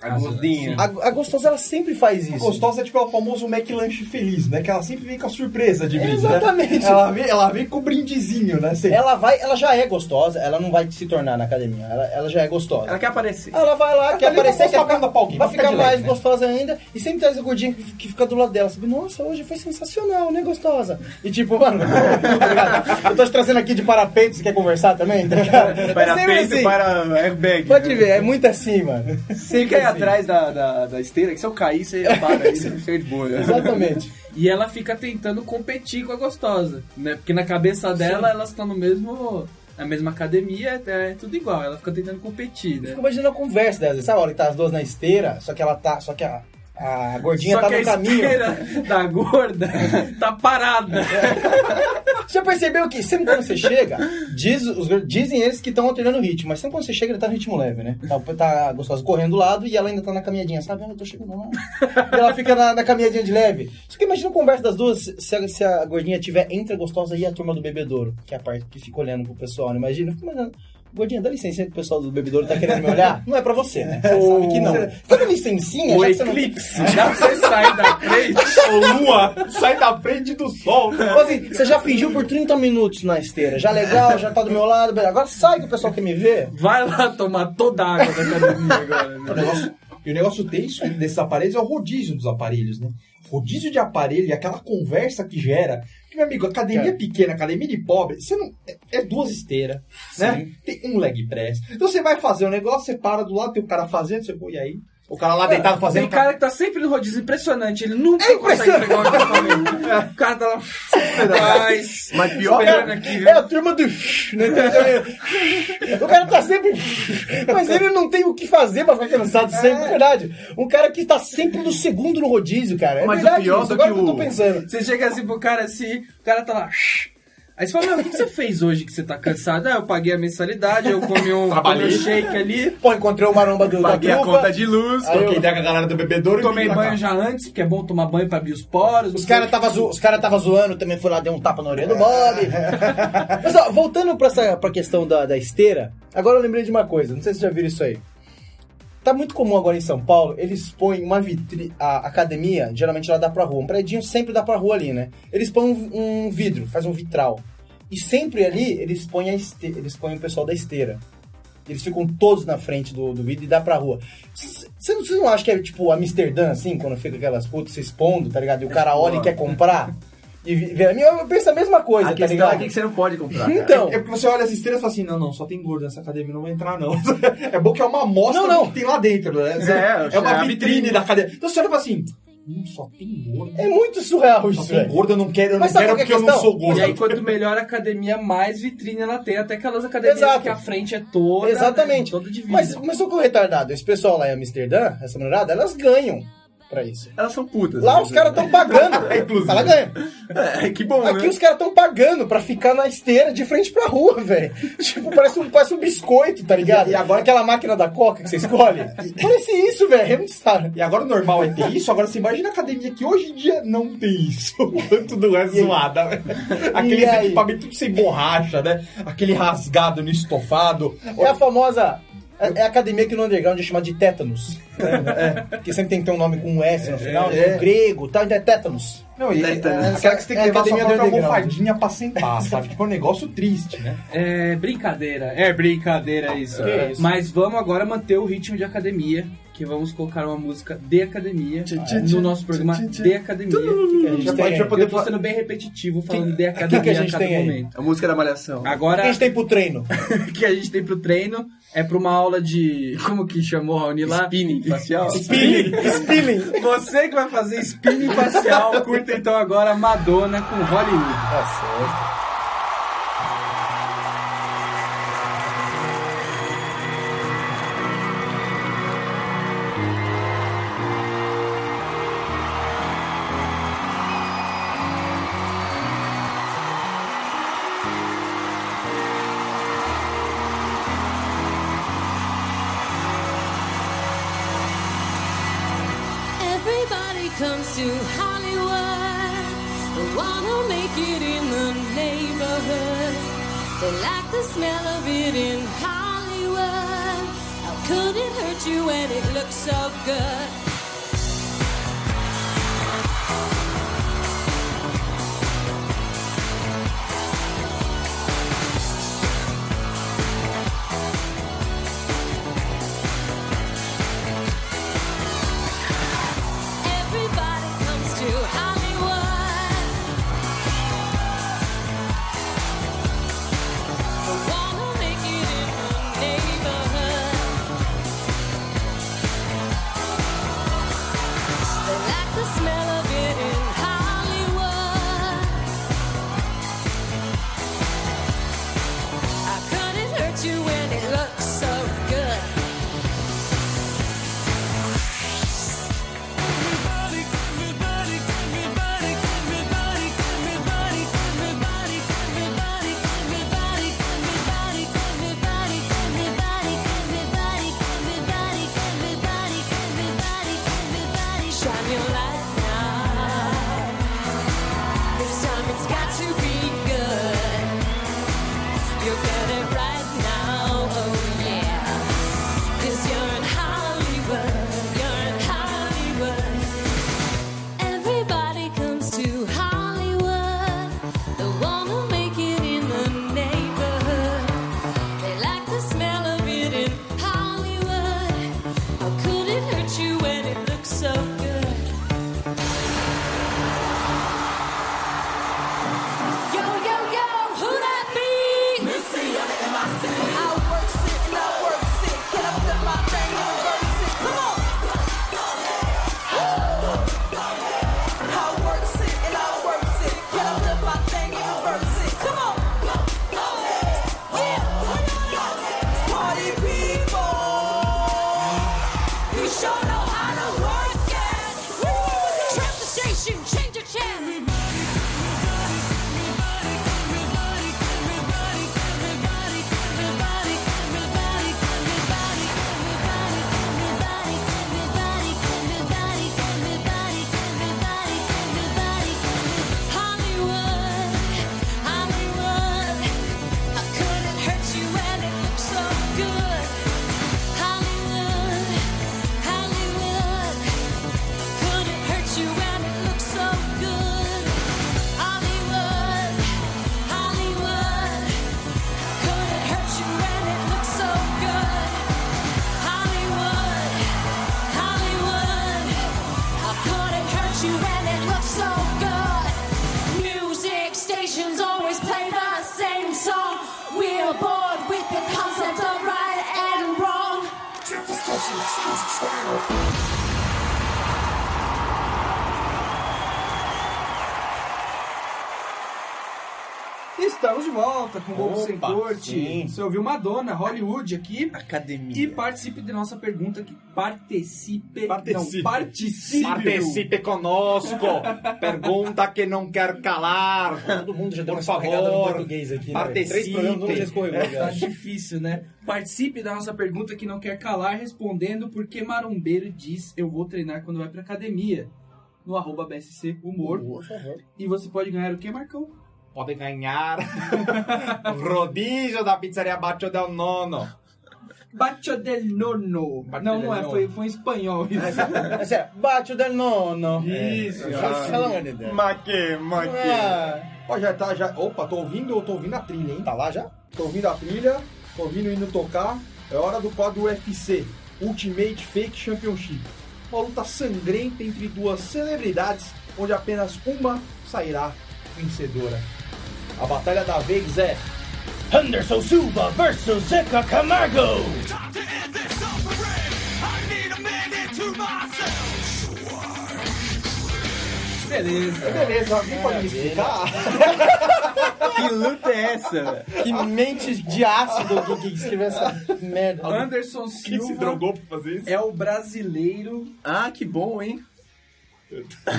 D: A gordinha.
B: A, a gostosa, ela sempre faz isso.
E: Gostosa é tipo o famoso McLanche feliz, né? Que ela sempre vem com a surpresa de brinde, né?
B: Exatamente.
E: Ela vem, ela vem com o brindezinho, né? Sempre.
B: Ela vai, ela já é gostosa, ela não vai se tornar na academia, ela, ela já é gostosa.
D: Ela quer aparecer.
B: Ela vai lá, quer
E: ali pra
B: aparecer, quer
E: mostrar a
B: ficar,
E: bunda pra alguém,
B: vai
E: pra
B: ficar
E: ficar de
B: mais
E: leve, né?
B: gostosa ainda, e sempre traz a gordinha que, que fica do lado dela, sabe? Nossa, hoje foi sensacional, né, gostosa? E tipo, mano, *laughs* tá ligado? eu tô te trazendo aqui de parapeito, você quer conversar também? Tá ligado? É
D: Para
B: sempre
D: peito,
B: assim.
D: para airbag.
B: Pode ver, é muito assim, mano.
D: Você cai atrás da, da, da esteira, que se eu cair, você para aí, você fica de boa. né?
B: Exatamente.
A: E ela fica tentando competir com a gostosa, né? Porque na cabeça dela, elas estão no mesmo... Na mesma academia, é, é tudo igual. Ela fica tentando competir, né?
B: Fico imaginando a conversa delas, sabe? Olha, tá as duas na esteira, só que ela tá, só que a, a gordinha
A: Só
B: tá
A: que
B: no
A: a
B: caminho.
A: esteira da gorda
B: *laughs*
A: tá parada.
B: É, Já percebeu que sempre quando você chega, diz, os, dizem eles que estão alternando o ritmo, mas sempre quando você chega, ele tá no ritmo leve, né? Tá, tá gostosa correndo do lado e ela ainda tá na caminhadinha, sabe? Ah, Eu tô chegando lá. E ela fica na, na caminhadinha de leve. Só que imagina a conversa das duas se a, se a gordinha tiver entre a gostosa e a turma do bebedouro, que é a parte que fica olhando pro pessoal, né? imagina. Fica imaginando. Gordinha, dá licença que o pessoal do bebedouro tá querendo me olhar? Não é pra você, né? Você sabe que não. Dá licencinha,
A: O
B: já que você não...
A: eclipse. Dá pra você sair da frente.
E: lua sai da frente do sol.
B: Então, assim, você já fingiu por 30 minutos na esteira. Já legal, já tá do meu lado. beleza. Agora sai que o pessoal quer me ver.
A: Vai lá tomar toda a água da academia agora,
E: O
A: né?
E: negócio, e o negócio tenso desses aparelhos é o rodízio dos aparelhos, né? Rodízio de aparelho e aquela conversa que gera. Porque, meu amigo, academia
D: É.
B: Cara.
E: pequena, academia de pobre, você não. É, é duas esteiras, né? Tem um leg press. Então você vai fazer um negócio, você para do lado, tem o cara fazendo, você pô, e aí? O cara lá deitado fazendo.
A: Tem cara que tá sempre no rodízio, impressionante. Ele nunca
B: É
A: consegue pegar o
B: *laughs*
A: equipamento. O cara tá lá... Mas,
D: Mas pior
A: esperando aqui,
B: É a turma do. né? o cara tá sempre. Mas ele não tem o que fazer pra ficar cansado sempre, é verdade. Um cara que tá sempre no segundo no rodízio, cara. É
D: Mas o
B: verdade,
D: pior
B: isso.
D: do
B: agora
D: que
B: que eu tô
D: o-
B: pensando.
A: Você chega assim pro cara assim, o cara tá lá. "Shh". Aí você fala, meu, o que que você fez hoje que você tá cansado? Ah, eu paguei a mensalidade, eu comi um, comi um shake ali,
B: Pô, encontrei o maromba do
D: paguei
B: da
D: a
B: trufa.
D: conta de luz.
B: Aí eu-
E: Quem der com a galera do bebedouro e
A: tomei
E: vem pra cá.
A: banho já antes, porque é bom tomar banho pra abrir os poros.
B: Os caras tava, zo- os cara tá tava zoando, também foi lá, deu um tapa na orelha do Bob. Mas ó, voltando pra, essa, pra questão da, da esteira, agora eu lembrei de uma coisa, não sei se vocês já viram isso aí. Tá muito comum agora em São Paulo, eles põem uma vitrine, a academia, geralmente ela dá pra rua, um predinho sempre dá pra rua ali, né? Eles põem um, um vidro, faz um vitral. E sempre ali, eles põem, a este- eles põem o pessoal da esteira. Eles ficam todos na frente do, do vidro e dá pra rua. Você não, cê não acha que é tipo Amsterdã, assim, quando fica aquelas putas se expondo, tá ligado? E o cara olha e quer comprar. E vi- vê a minha, eu penso a mesma coisa,
D: A
B: tá
D: questão
B: ligado? *laughs*
D: aqui é que você não pode comprar. cara.
B: Então,
E: É porque você olha as estrelas e fala assim, não, não, só tem gordo nessa academia, não vai entrar, não. *laughs* É bom que é uma amostra
B: Não, não.
E: do que tem lá dentro, né? Você-
D: É,
E: é uma
D: é a
E: vitrine,
D: vitrine.
E: da academia. Então você olha e fala assim, hum, só tem gordo.
B: é muito surreal
E: Só
B: isso,
E: tem
B: velho.
E: gordo, eu não quero, eu não
B: Mas sabe
E: quero
B: qual que
E: porque
B: é a
E: eu não
B: questão?
E: sou
A: E
E: gordo.
A: aí, quanto melhor a academia, mais vitrine ela tem. Até aquelas academias
B: Exato.
A: que a frente é toda. né,
B: Exatamente.
A: toda de vidro.
B: Mas começou com o retardado. Esse pessoal lá em Amsterdã, essa mulherada, elas ganham pra isso.
D: Elas são putas.
B: Lá
D: né?
B: os caras estão pagando. Inclusive. Ela ganha.
D: É, que bom,
B: Aqui
D: né?
B: os caras estão pagando pra ficar na esteira de frente pra rua, velho. *laughs* Tipo, parece um, parece um biscoito, tá ligado? E agora aquela máquina da coca que você escolhe. Parece isso, velho. É muito sarro.
E: E agora o normal é ter isso, agora você imagina a academia que hoje em dia não tem isso. *laughs* O Quanto não é zoada, velho. Aquele
B: E aí?
E: equipamento tudo sem borracha, né? Aquele rasgado no estofado.
B: É a famosa. É é a academia que no underground é chamada de tétanos. né? É, que sempre tem que ter um nome com um S no final,
E: É, é.
B: um grego, tal, então é tétanos.
E: Não, e,
D: Teta, né?
E: aquela que você tem que
B: É a academia
E: levar sua
B: do
E: própria
B: underground.
E: almofadinha pra sentar, sabe? Tipo, é um negócio triste, né?
A: É brincadeira, é brincadeira isso. né?
B: Que isso.
A: Mas vamos agora manter o ritmo de academia, que vamos colocar uma música de academia
D: tchim, tchim,
A: no nosso programa
D: tchim, tchim.
A: de academia.
B: Que a gente
E: Já
B: tem-
E: pode- já pode-
A: Eu tô sendo bem repetitivo falando de academia
B: que a gente
A: a cada
B: tem aí?
A: momento.
D: A música da Malhação.
B: que
A: Agora,
B: a gente tem pro treino?
A: o *laughs* que a gente tem pro treino é pra uma aula de. Como que chamou Raoni lá?
D: Spinning facial.
B: Spilling. *laughs* Spilling.
A: Você que vai fazer spinning facial, curta então agora Madonna com Hollywood.
B: Tá certo.
H: Everybody comes to Hollywood. They wanna make it in the neighborhood. They like the smell of it in Hollywood. I Could it hurt you when it looks so good? Everybody comes to Hollywood. I wanna make it in my neighborhood. They like the smell of it in Hollywood. I couldn't hurt you when it looks so good. Shine your light now. This time it's got to be good. You get it right now, oh yeah. Cause you're in Hollywood, you're in Hollywood. Everybody comes to Hollywood. They wanna make it in the neighborhood. They like the smell of it in Hollywood. How could it hurt you when it looks so good? Yo, yo, yo, who that be? Missy, I'm in my city. I work sick, I work sick. Get up to my thing, I work sick. Come on. I work sick and I work sick. Get up to my thing, I work sick. Come on. Yeah. Party people. You sure know how to work it. Trap the station, change your channel. Hollywood, Hollywood, I couldn't hurt you when it looks so good. Hollywood, Hollywood, couldn't hurt you when it looks so good. Hollywood, Hollywood, couldn't hurt you when it looks so good. Hollywood, Hollywood, I couldn't hurt you when it looks so good. Music stations always play the same song. We're bored with the concept of right and wrong.
A: Estamos de volta com o Bobo Sem
B: Opa,
A: Corte.
B: sim.
A: Você ouviu Madonna, Hollywood aqui.
D: Academia.
A: E participe de nossa pergunta que participe.
E: Participe.
A: Não, participe.
E: Participe conosco. Pergunta que não quer calar.
B: Todo mundo já deu
E: Por
B: uma escorregada no
E: favor,
B: português aqui, né?
E: participe.
B: Três programas, um já
A: *laughs*
B: escorregou,
A: Tá
B: aliás.
A: difícil, né? Participe da nossa pergunta que não quer calar, respondendo porque marombeiro diz eu vou treinar quando vai pra academia. No arroba BSC Humor.
B: Por favor.
A: E você pode ganhar o que, Marcão?
C: *laughs*
E: Pode ganhar rodízio da pizzaria Bacio del Nono.
A: Bacio del nono.
E: Bacio
A: não,
E: del
A: não é,
E: nono.
A: foi, foi em espanhol isso.
B: É sério, bate o del nono.
E: Isso,
B: Ah, Pelo amor de Deus.
D: Maque, maque.
B: Ah,
C: Ó, já tá, já. Opa, tô ouvindo, eu tô ouvindo a trilha, hein?
B: Tá lá já?
C: Tô ouvindo a trilha, tô ouvindo o hino tocar. É hora do quadro UFC, Ultimate Fake Championship. Uma luta sangrenta entre duas celebridades, onde apenas uma sairá vencedora. A batalha da vez é
B: Anderson Silva versus Zeca Camargo.
A: Beleza.
C: Beleza, alguém pode me explicar?
D: Que luta é essa?
B: Que mente de ácido que, que escreveu essa merda.
A: Anderson
E: Quem se
A: Silva
E: drogou pra fazer isso?
A: é o brasileiro
D: Ah, que bom, hein?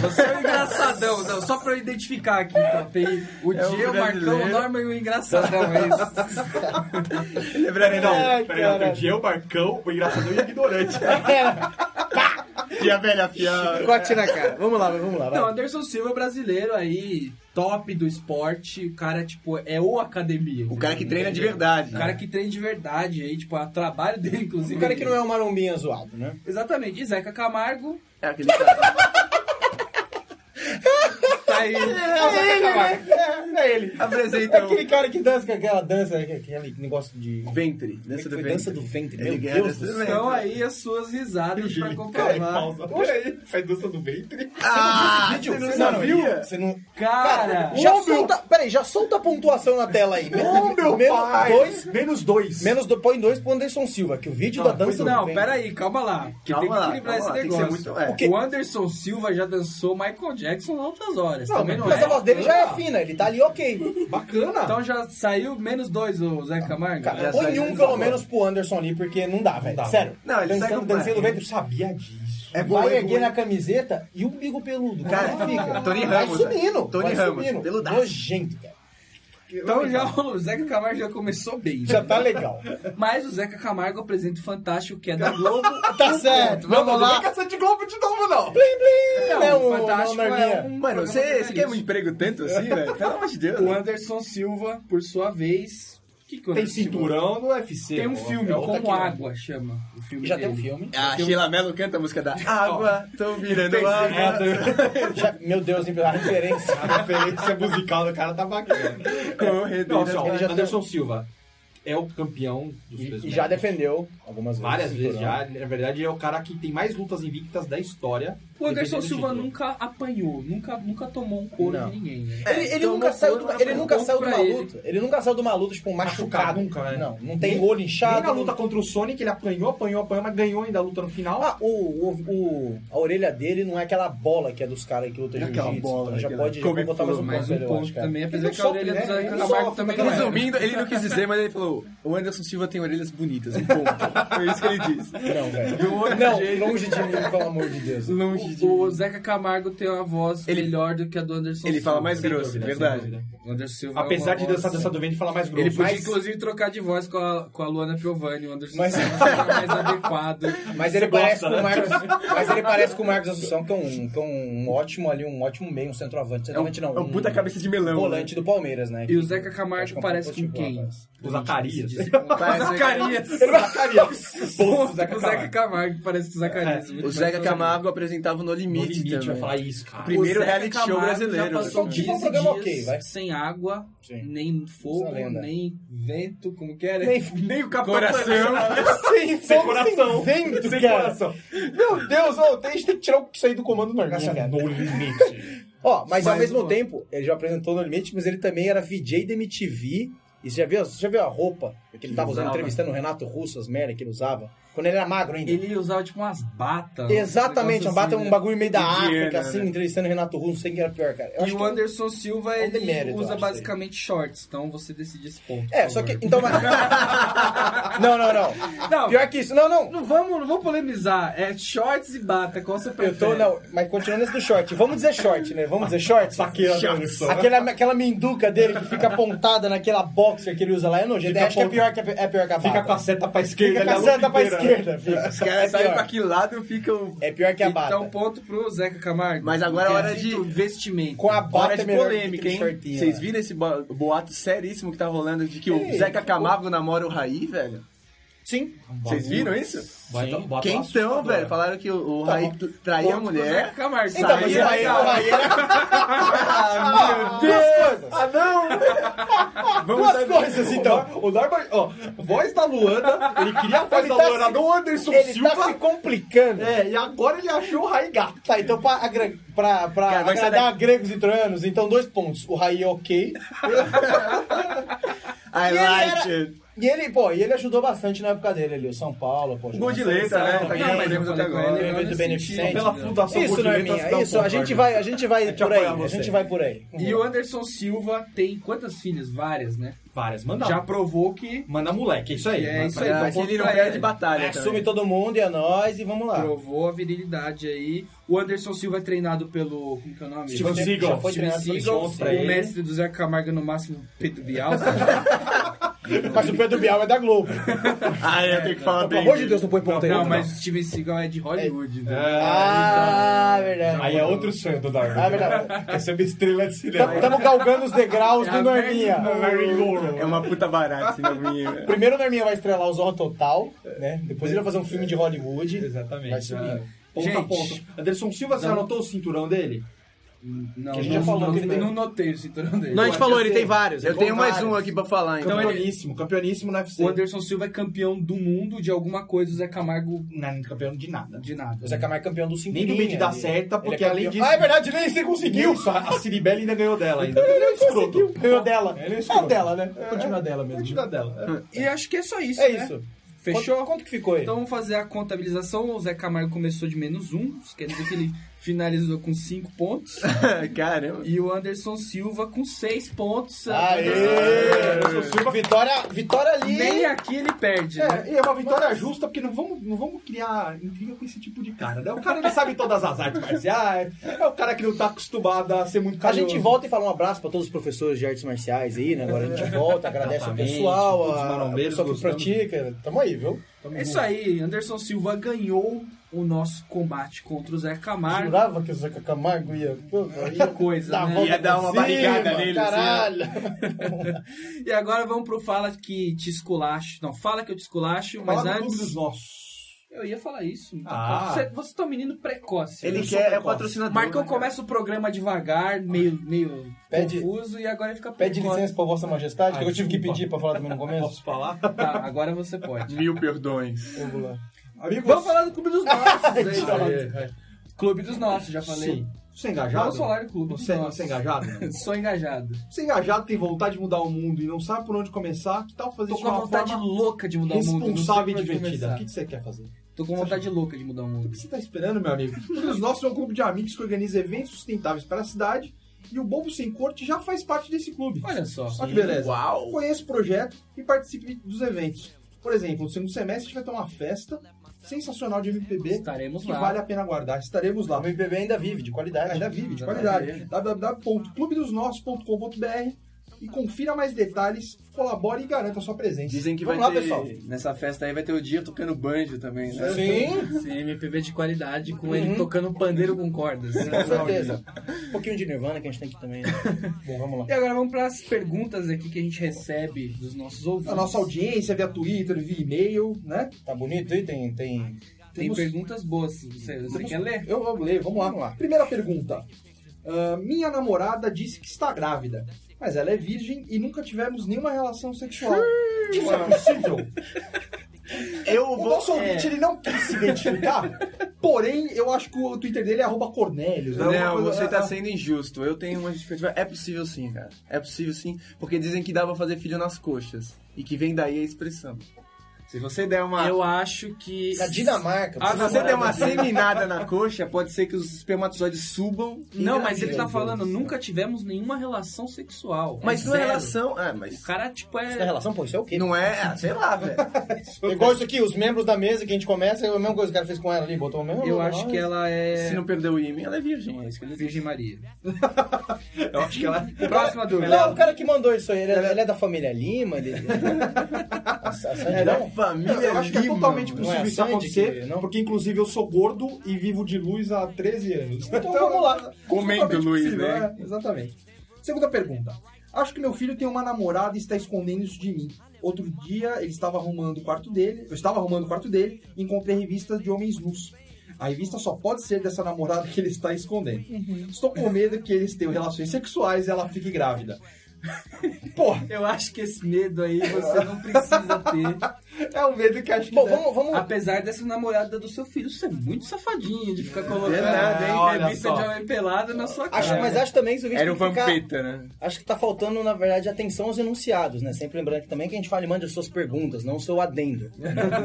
A: Você é o engraçadão, não, só pra eu identificar aqui, então. Tem o
D: É o
A: Diego, o Marcão, o
D: brasileiro.
A: Norman e o engraçadão, é isso.
E: Peraí, não.
B: Ai,
D: né?
E: Peraí, não.
B: cara.
E: Tem o Diego, o Marcão, o engraçadão e o ignorante.
B: É,
D: E a velha fiel.
B: Cote na cara. Vamos lá, vamos lá. vai.
A: Não, Anderson Silva é brasileiro aí, top do esporte. O cara, tipo, é o academia.
D: O cara que treina de verdade.
A: O cara que treina de verdade aí, tipo, o trabalho dele, inclusive.
B: O cara que não é um marombinha zoado, né?
A: Exatamente. E Zeca Camargo
D: É aquele cara.
A: *laughs* tá aí.
B: É, é ele.
D: Apresenta o
B: Aquele cara que dança com aquela dança, aquele negócio de.
D: ventre. é Dança do
B: Foi
D: ventre.
B: dança do ventre, meu
D: Ele ganha
B: Deus
D: dança
B: do
D: do
B: céu.
A: Então aí as suas risadas pra comprovar.
E: Peraí, faz dança do ventre.
D: Ah,
B: Vídeo,
D: você não
B: você não
D: sabia?
B: viu? Você não.
A: Cara,
B: Já solta. Peraí, já solta a pontuação na tela aí. Menos, menos dois.
E: Menos dois.
B: Menos do, põe dois pro Anderson Silva, que o vídeo da dança do
A: não,
B: ventre.
A: peraí, calma lá. Que
D: Calma
A: tem que
D: lá,
A: equilibrar esse
D: calma lá, tem que ser
A: negócio.
D: muito- é.
A: O que- O Anderson Silva já dançou Michael Jackson em outras horas. também não
B: Mas
A: é.
B: a voz dele já é fina, ele tá ali ok.
E: Bacana.
A: Então já saiu menos dois o Zeca Camargo?
D: Já
B: Põe
D: saiu
B: um
D: do
B: pelo
D: sabor.
B: menos pro Anderson ali, porque não dá, velho.
E: dá.
B: Sério.
D: Não, ele sai
B: Dançando-
D: com-
B: dançando
D: é.
B: o ventre, eu sabia disso.
D: É bom,
B: Vai
D: é
B: erguer
D: bom.
B: na camiseta e o umbigo peludo.
D: Cara,
B: Como é fica.
D: Tony
B: vai
D: Ramos,
B: subindo.
D: velho. Tony
B: vai
D: Ramos,
B: subindo.
D: peludaço.
B: Nojento, cara.
D: é
A: Então já o Zeca Camargo já começou bem. né?
B: Já tá legal.
A: Mas o Zeca Camargo apresenta o Fantástico, que é
D: *laughs*
A: da Globo.
B: tá certo, vamos
E: Não
B: lá.
E: é de Globo de novo, não.
B: Plim, plim.
A: Não,
B: né,
A: o
B: uma
A: Fantástico é
B: norminha.
A: um
D: um Mano,
A: programa
D: você, você quer um
A: jornalístico.
D: emprego tanto assim, velho? Pelo amor de Deus. né?
A: O Anderson Silva, por sua vez... Que que o
E: Tem
A: Anderson Silva-
E: cinturão no UFC.
A: Tem um
E: pô.
A: filme,
E: É outra
A: Como
E: que não.
A: Água, chama. O filme
B: Já tem
A: dele.
B: um filme.
D: A Sheila Mello canta a música da Água, tô virando
E: Tem
D: água.
B: Já- meu Deus, hein, a referência.
E: A referência musical do cara tá bacana.
D: Correndo.
E: Não, assim, ó,
B: Ele já
E: Anderson Silva é o campeão dos pesos
B: E, e já
E: médios.
B: defendeu algumas vezes.
E: Várias
B: o
E: vezes
B: cinturão.
E: já. Ele, Na verdade, ele é o cara que tem mais lutas invictas da história.
A: O Anderson
E: Defendendo
A: Silva
E: título.
A: nunca apanhou, nunca, nunca tomou um couro
B: Não.
A: de ninguém. Né?
B: Ele, ele
A: Tomou
B: nunca saiu,
A: couro,
B: do,
A: mas
B: ele nunca
A: tomou
B: saiu de
A: pra
B: uma
A: ele.
B: luta. Ele nunca saiu de uma luta, tipo, machucado.
E: Machucado, nunca, né?
B: Não, não tem
E: Nem-
B: olho
E: Nem
B: inchado.
E: na luta
B: não-
E: contra o Sonic, ele apanhou, apanhou, apanhou, mas ganhou ainda a luta no final.
B: Ah, o, o- o- a orelha dele não é aquela bola que é dos caras que lutam
D: Não é
B: de
D: aquela
B: jiu-jitsu.
D: bola,
B: Então já
D: aquela-
B: pode já
D: Kobe
B: pode botar mais um
A: Mais
B: ponto,
A: um
B: eu acho,
A: ponto
B: cara.
A: também, apesar
B: Ele
A: que a orelha
B: sofre,
A: do Zeca
B: né? Ele
A: Camargo
B: sofre,
A: também
B: cara.
A: não é.
D: Resumindo, ele um não quis dizer, mas ele falou: o Anderson Silva tem orelhas bonitas, um ponto. Foi isso que ele disse.
B: Não, velho. Não, longe de mim, pelo amor de Deus.
D: Longe de.
A: O, o Zeca Camargo tem uma voz melhor do que a do Anderson
D: Ele
A: Silva.
D: fala mais grosso, verdade.
A: O Anderson Silva é
E: Apesar
A: uma
E: de
A: voz-
E: dançar dança do vento e falar mais grosso.
A: Ele podia,
E: Mas-
A: inclusive, trocar de voz com a, com a Luana Piovani. O Anderson
B: Mas-
A: Silva seria mais adequado.
B: Mas
E: Você
B: ele,
E: gosta,
B: parece com o
E: né?
B: Marcos, mas ele parece com o Marcos Assunção, que é um, que é um ótimo ali, um ótimo meio, um centroavante. Centroavante não.
D: É um puta cabeça de melão.
B: volante do Palmeiras, né?
A: E o Zeca
B: Acho que é
A: Camargo
B: um
A: parece
B: ponto
A: com
B: positivo,
A: quem?
B: rapaz.
E: *laughs*
B: é um
E: O Zacarias.
D: Parece-
A: Zacarias.
E: Pô,
A: O Zeca Camargo parece com o Zacarias.
D: O Zeca Camargo apresentava no
E: No
D: Limite.
E: limite, vai
D: também.
E: falar isso, cara.
D: Pri- primeiro
A: O Zeca
D: reality show
A: Camargo
D: brasileiro. assim.
A: Já passou 15
B: Tipo, um programa
A: dias
B: ok, vai.
A: sem água,
B: Sim.
A: nem fogo,
B: Essa lenda.
A: nem vento, como que era?
B: Nem-
A: nem o
B: Sem,
E: Sem
B: fogo, sem
E: coração.
B: vento,
E: Sem
B: cara.
E: coração.
B: Meu Deus, ó, tem- a gente tem que tirar o isso aí do comando do Norminha, cara.
E: No limite.
B: Ó, mas, ao
A: Mas,
B: mesmo
A: ó.
B: tempo, ele já apresentou no Limite, mas ele também era VJ da MTV. E você já viu, você já viu a roupa que ele tava usando,
A: usava.
B: entrevistando o Renato Russo, as merda que ele usava? Quando ele era magro ainda.
A: Ele usava tipo umas batas.
B: Exatamente,
A: um
B: a
A: negócio
B: bata é
A: assim,
B: um
A: né?
B: bagulho meio da
D: Indiana,
B: África, assim,
D: né?
B: entrevistando o Renato Russo, não sei quem era pior, cara. Eu
A: E
B: acho
A: o
B: que- um-
A: Anderson Silva,
B: é um
A: ele
B: demérito, eu
A: usa
B: acho, isso aí.
A: basicamente shorts, então você decide esse ponto.
B: É,
A: por
B: só que.
A: favor.
B: Então, mas...
A: *laughs*
B: não, não, não.
A: Não,
B: Pior que isso, não, não.
A: não vamos, não vou polemizar. É shorts e bata, qual você
B: Eu tô,
A: prefere?
B: não, mas continuando esse do short. Vamos dizer short, né? Vamos dizer short? Saqueira, aquela, aquela minduca dele que fica apontada naquela boxer que ele usa lá. É nojento.
E: Fica
B: Acho que é
E: apont-
B: pior que a, é pior que a bata.
E: Fica com a seta pra esquerda.
B: Fica com a é
E: ali, a
B: seta pra
E: luta inteira, né?
B: esquerda. Fica.
D: Os caras
B: é,
D: saem pra
B: pior.
D: que lado ficam.
B: é pior que a bata.
A: Então, ponto pro Zeca Camargo.
D: Mas agora é
A: Porque
D: hora
A: assim,
D: de-
A: o vestimento.
B: com a
D: Hora
B: bata é
D: de
B: melhor
D: polêmica,
B: que
D: hein?
B: aquele shortinho,
D: Vocês
B: né?
D: viram esse bo- boato seríssimo que tá rolando de que o
B: Ei,
D: Zeca Camargo namora o Raí, velho?
B: Sim.
D: Vocês viram isso?
E: Bota- bota
D: Quem
E: lá,
D: então,
E: assustador.
D: velho? Falaram que o, o
B: Tá
D: Raí
B: bom.
D: t- traía a
A: Ponto pro Zeca
D: mulher.
A: Camargo.
B: Então, mas o
D: Saía,
B: Raí,
D: cara.
B: o Raí era...
D: *laughs* Ah,
B: Duas
D: meu Deus! Vamos
B: coisas, duas
D: sair-
B: coisas, então.
E: O Norman, ó, voz da Luana, ele queria a voz
B: Ele
E: da
B: tá
E: Luana
B: se-
E: do Anderson
B: Ele
E: Silva.
B: tá se complicando.
E: É, e agora ele achou o Raí gato.
B: Tá, então pra, agra- pra, pra
D: Cara, vai
B: agradar gregos e troianos, então dois pontos. O Raí é
D: I
B: ok. E ele
D: like
B: era-
D: it.
B: E ele, pô, e ele ajudou bastante na época dele ali, o São Paulo, pô.
D: Gol de letra, né? Tá
A: Não, mas eu
D: ganhando até
A: falei com
D: agora.
A: ele,
B: um Evento
A: nesse
B: beneficente. né?
A: sentido.
E: Pela fundação
B: Isso não é
E: Bolívia,
B: minha,
E: tá
B: isso,
E: bom,
B: a gente
E: Norman.
B: vai, a gente vai por aí,
E: apoiar
B: a
E: você.
B: gente vai por aí. Uhum.
A: E o Anderson Silva tem quantas filhas? Várias, né?
E: Várias, manda.
A: Já provou que
E: Manda moleque, é isso aí.
A: É
E: manda
A: isso
E: pra-
A: aí.
D: Ah, que ele não
A: Contra
D: perde
A: ele.
D: batalha.
B: Assume todo mundo e é nós e vamos lá.
A: provou a virilidade aí. O Anderson Silva é treinado pelo. Como que é o nome?
E: Steven
B: Já
E: Seagal.
B: foi
A: Steven
B: treinado pelo
A: Seagal,
E: Jones pra
A: o
B: *laughs*
E: ele.
A: mestre do Zé Camargo, no máximo Pedro Bial. sabe?
I: Mas o Pedro Bial é da Globo.
D: Ah, eu tenho que falar
E: É, Pelo amor de Deus, não põe ponto aí.
A: Não, mas o Steven Seagal é de Hollywood. né?
B: Ah, verdade.
I: Aí é outro sonho do Darwin.
B: Ah, verdade.
I: Essa é uma estrela de cinema.
E: Tá-
B: Estamos galgando os degraus
A: É
B: do
A: a
B: Norminha.
I: Larry Goro.
E: um-
D: É uma puta barata esse novinho.
B: Primeiro o Norminha vai estrelar o Zorro Total, né? Depois ele vai fazer um filme de Hollywood.
I: Exatamente.
B: Vai subir.
E: Ponta né? a
A: Gente.
E: ponta. Anderson Silva, você anotou o cinturão dele?
A: Não,
B: Que a gente já
A: não-
B: falou
A: não-
B: que ele tem-
A: Não notei o cinturão dele.
D: Não, a gente falou, ele tem
B: Eu
D: vários. Eu tenho mais um aqui pra falar, então.
A: ele-
E: campeoníssimo, campeoníssimo no UFC.
A: O
B: assim.
A: Anderson Silva é campeão do mundo de alguma coisa, o Zé Camargo
E: Não, campeão de nada.
A: de nada. né?
B: O Zé Camargo é campeão do
E: Nem
B: cinturinha.
E: do Medi dá
B: ali.
E: certa,
B: Ele
E: porque
B: é
E: além
B: campeão-
E: disso...
B: Ah, é verdade, nem você conseguiu.
E: Isso, a Ciribelli ainda ganhou dela ainda. Ele é um escroto.
B: Ganhou dela.
E: Ele é
B: É
E: escroto.
B: o dela, né? Continua dela mesmo.
E: Continua dela.
A: E acho que é só isso,
B: É
A: né?
B: isso.
A: Fechou?
B: Quanto, quanto que ficou aí?
A: Então vamos fazer a contabilização. O Zé Camargo começou de menos um, isso quer dizer que ele finalizou com cinco pontos.
D: *laughs* Caramba.
A: E o Anderson Silva com seis pontos.
B: Aê! Vitória, vitória ali.
A: Nem aqui ele perde, né?
E: É, e é uma vitória justa, porque não vamos, não vamos criar intriga com esse tipo de cara, né? O cara, ele sabe todas as artes marciais, é o cara que não tá acostumado a ser muito
B: A
E: carinhoso.
B: gente volta e fala um abraço pra todos os professores de artes marciais aí, né? Agora a gente volta, agradece ao
E: Exatamente,
B: pessoal,
E: todos os
B: a, a
E: marombeiros,
B: pessoa que
E: gostamos.
B: pratica. Tamo aí, viu?
A: É isso aí, Anderson Silva ganhou o nosso combate contra o Zé Camargo.
B: Jurava que o Zeca Camargo ia... pô, ia
A: coisa,
E: Tá
B: dar a
A: né?
B: volta
D: Ia dar
B: por
D: uma
B: cima,
D: barrigada nele, assim,
B: Caralho!
A: E agora vamos pro Fala que te esculacho. Não, fala que eu te esculacho, mas
E: Fala do clube dos
A: antes.
E: nossos.
A: Eu ia falar isso.
E: Ah.
A: Você, você tá um menino precoce.
D: Ele
A: Eu sou
D: quer, é o
A: precoce.
D: patrocinador.
A: Marcão
D: né, cara?
A: começa o programa devagar, meio, meio
B: Pede-
A: confuso, e agora ele fica
B: Pede
A: precoce.
B: licença pra Vossa Majestade, que
E: Ah,
B: eu tive que
E: desculpa.
B: pedir pra falar também no
E: *laughs*
B: começo.
E: Posso falar?
A: Tá, agora você pode.
D: Mil perdões.
B: Vamos lá.
E: Amigos,
A: Vamos falar do Clube dos
E: *laughs*
A: Nossos. aí,
E: Isso
A: fala.
E: aí, vai.
A: Clube dos Nossos, já falei.
E: Sim. Você é
A: Já o
E: engajado?
A: Solar Clube dos
E: Você,
A: Nossos.
E: você é engajado?
A: *laughs* Sou engajado.
E: Você é engajado, tem vontade de mudar o mundo e não sabe por onde começar, que tal fazer
A: Tô
E: isso
A: com uma vontade
E: forma
A: louca de mudar o mundo. não sei
E: responsável e
A: por onde
E: divertida? O
A: começar.
E: que, que você quer fazer? O
A: Tô com vontade louca de mudar o mundo.
E: que você tá esperando, meu amigo? Os nossos é um clube de amigos que organiza eventos sustentáveis para a cidade e o Bobo Sem Corte já faz parte desse clube.
A: Olha só.
E: Olha que beleza.
D: Uau.
E: Conheça o projeto e participe dos eventos. Por exemplo, no segundo semestre a gente vai ter uma festa sensacional de MPB
A: Estaremos
E: que
A: lá.
E: vale a pena aguardar. Estaremos lá.
B: O MPB ainda vive, de qualidade.
E: Ainda vive, de qualidade. www.clubedosnossos.com.br e confira mais detalhes, colabore e garanta a sua presença.
D: Dizem que vai
E: Vamos
D: ter.
E: lá, pessoal.
D: Nessa festa aí vai ter o dia tocando banjo também, né?
B: Sim,
A: Sim, MPB de qualidade, com
E: Uhum.
A: ele tocando pandeiro com cordas.
B: com certeza. Um pouquinho de Nirvana que a gente tem aqui também. né? Bom, vamos lá.
A: E agora vamos para as perguntas aqui que a gente recebe dos nossos ouvintes.
E: A nossa audiência via Twitter, via e-mail, né?
B: Tá bonito aí? Tem, tem...
A: Tem
E: temos-
A: perguntas boas. Você, você
E: Temos-
A: quer ler?
E: Eu vou ler, vamos lá.
B: Vamos lá.
E: Primeira pergunta. Ah, minha namorada disse que está grávida, mas ela é virgem e nunca tivemos nenhuma relação sexual. Isso é possível?
D: Eu
E: O
D: vou.
E: nosso ouvinte, ele não quis se identificar, porém, eu acho que o Twitter dele é arroba Cornelius. né? Alguma
D: Não,
E: coisa-
D: você tá sendo injusto. Eu tenho uma justificativa. É possível sim, cara. É possível sim, porque dizem que dá pra fazer filho nas coxas. E que vem daí a expressão. Se você der uma. Ah,
A: Eu acho que.
B: Na Dinamarca.
D: Se você
A: namorada
D: der uma
A: dele.
D: seminada na coxa, pode ser que os espermatozoides subam. e
A: Não, mas
D: engravidem.
A: ele tá falando, nunca tivemos nenhuma relação sexual.
D: Mas
A: É
D: não é
A: zero.
D: relação. Ah, mas.
A: O cara, tipo,
B: Isso da
A: é.
B: relação, pô, isso é o quê?
D: Não é. ah, Sei lá, velho.
B: É Igual isso aqui, os membros da mesa que a gente começa, é a mesma coisa que o cara fez com ela ali, botou o mesmo.
A: Eu acho que ela
D: *laughs* Se
A: é.
D: não perdeu o ímã, ela é virgem. É isso que ele
A: Virgem Maria.
E: Eu acho que ela...
A: *laughs* Próxima
B: Não, é o
A: dúvida.
B: cara que mandou isso aí, ele, é- ele é da família Lima, ele... Nossa, a Sandy
D: É da
B: não?
D: família.
E: Eu acho que é
D: Lima,
E: totalmente
D: mano.
B: Não é
E: possível
B: a
E: isso
B: Sandy
E: acontecer,
B: que- não?
E: porque inclusive eu sou gordo e vivo de luz há 13 anos. Então,
B: vamos lá.
E: é
D: Comendo
E: totalmente
D: luz,
E: possível,
D: né?
E: é, exatamente. Segunda pergunta. Acho que meu filho tem uma namorada e está escondendo isso de mim. Outro dia ele estava arrumando o quarto dele, eu estava arrumando o quarto dele e encontrei revistas de homens nus. A revista só pode ser dessa namorada que ele está escondendo. Estou com medo que eles tenham relações sexuais e ela fique grávida. *laughs* Porra,
A: Eu acho que esse medo aí você não precisa ter.
E: é um medo que acho que.
B: Bom,
E: né?
B: vamos, vamos...
A: Apesar dessa namorada do seu filho ser muito safadinha de ficar colocando
D: É nada, hein?
A: a
E: Olha
A: revista
E: só.
A: de homem pelada na sua cara.
B: Acho, mas acho também que o vídeo
D: Era um
B: tem que ficar-
D: vampeta, né?
B: Acho que tá faltando, na verdade, atenção aos enunciados, né? Sempre lembrando que também que a gente fala, manda suas perguntas, não o seu
E: *laughs*
B: adendo.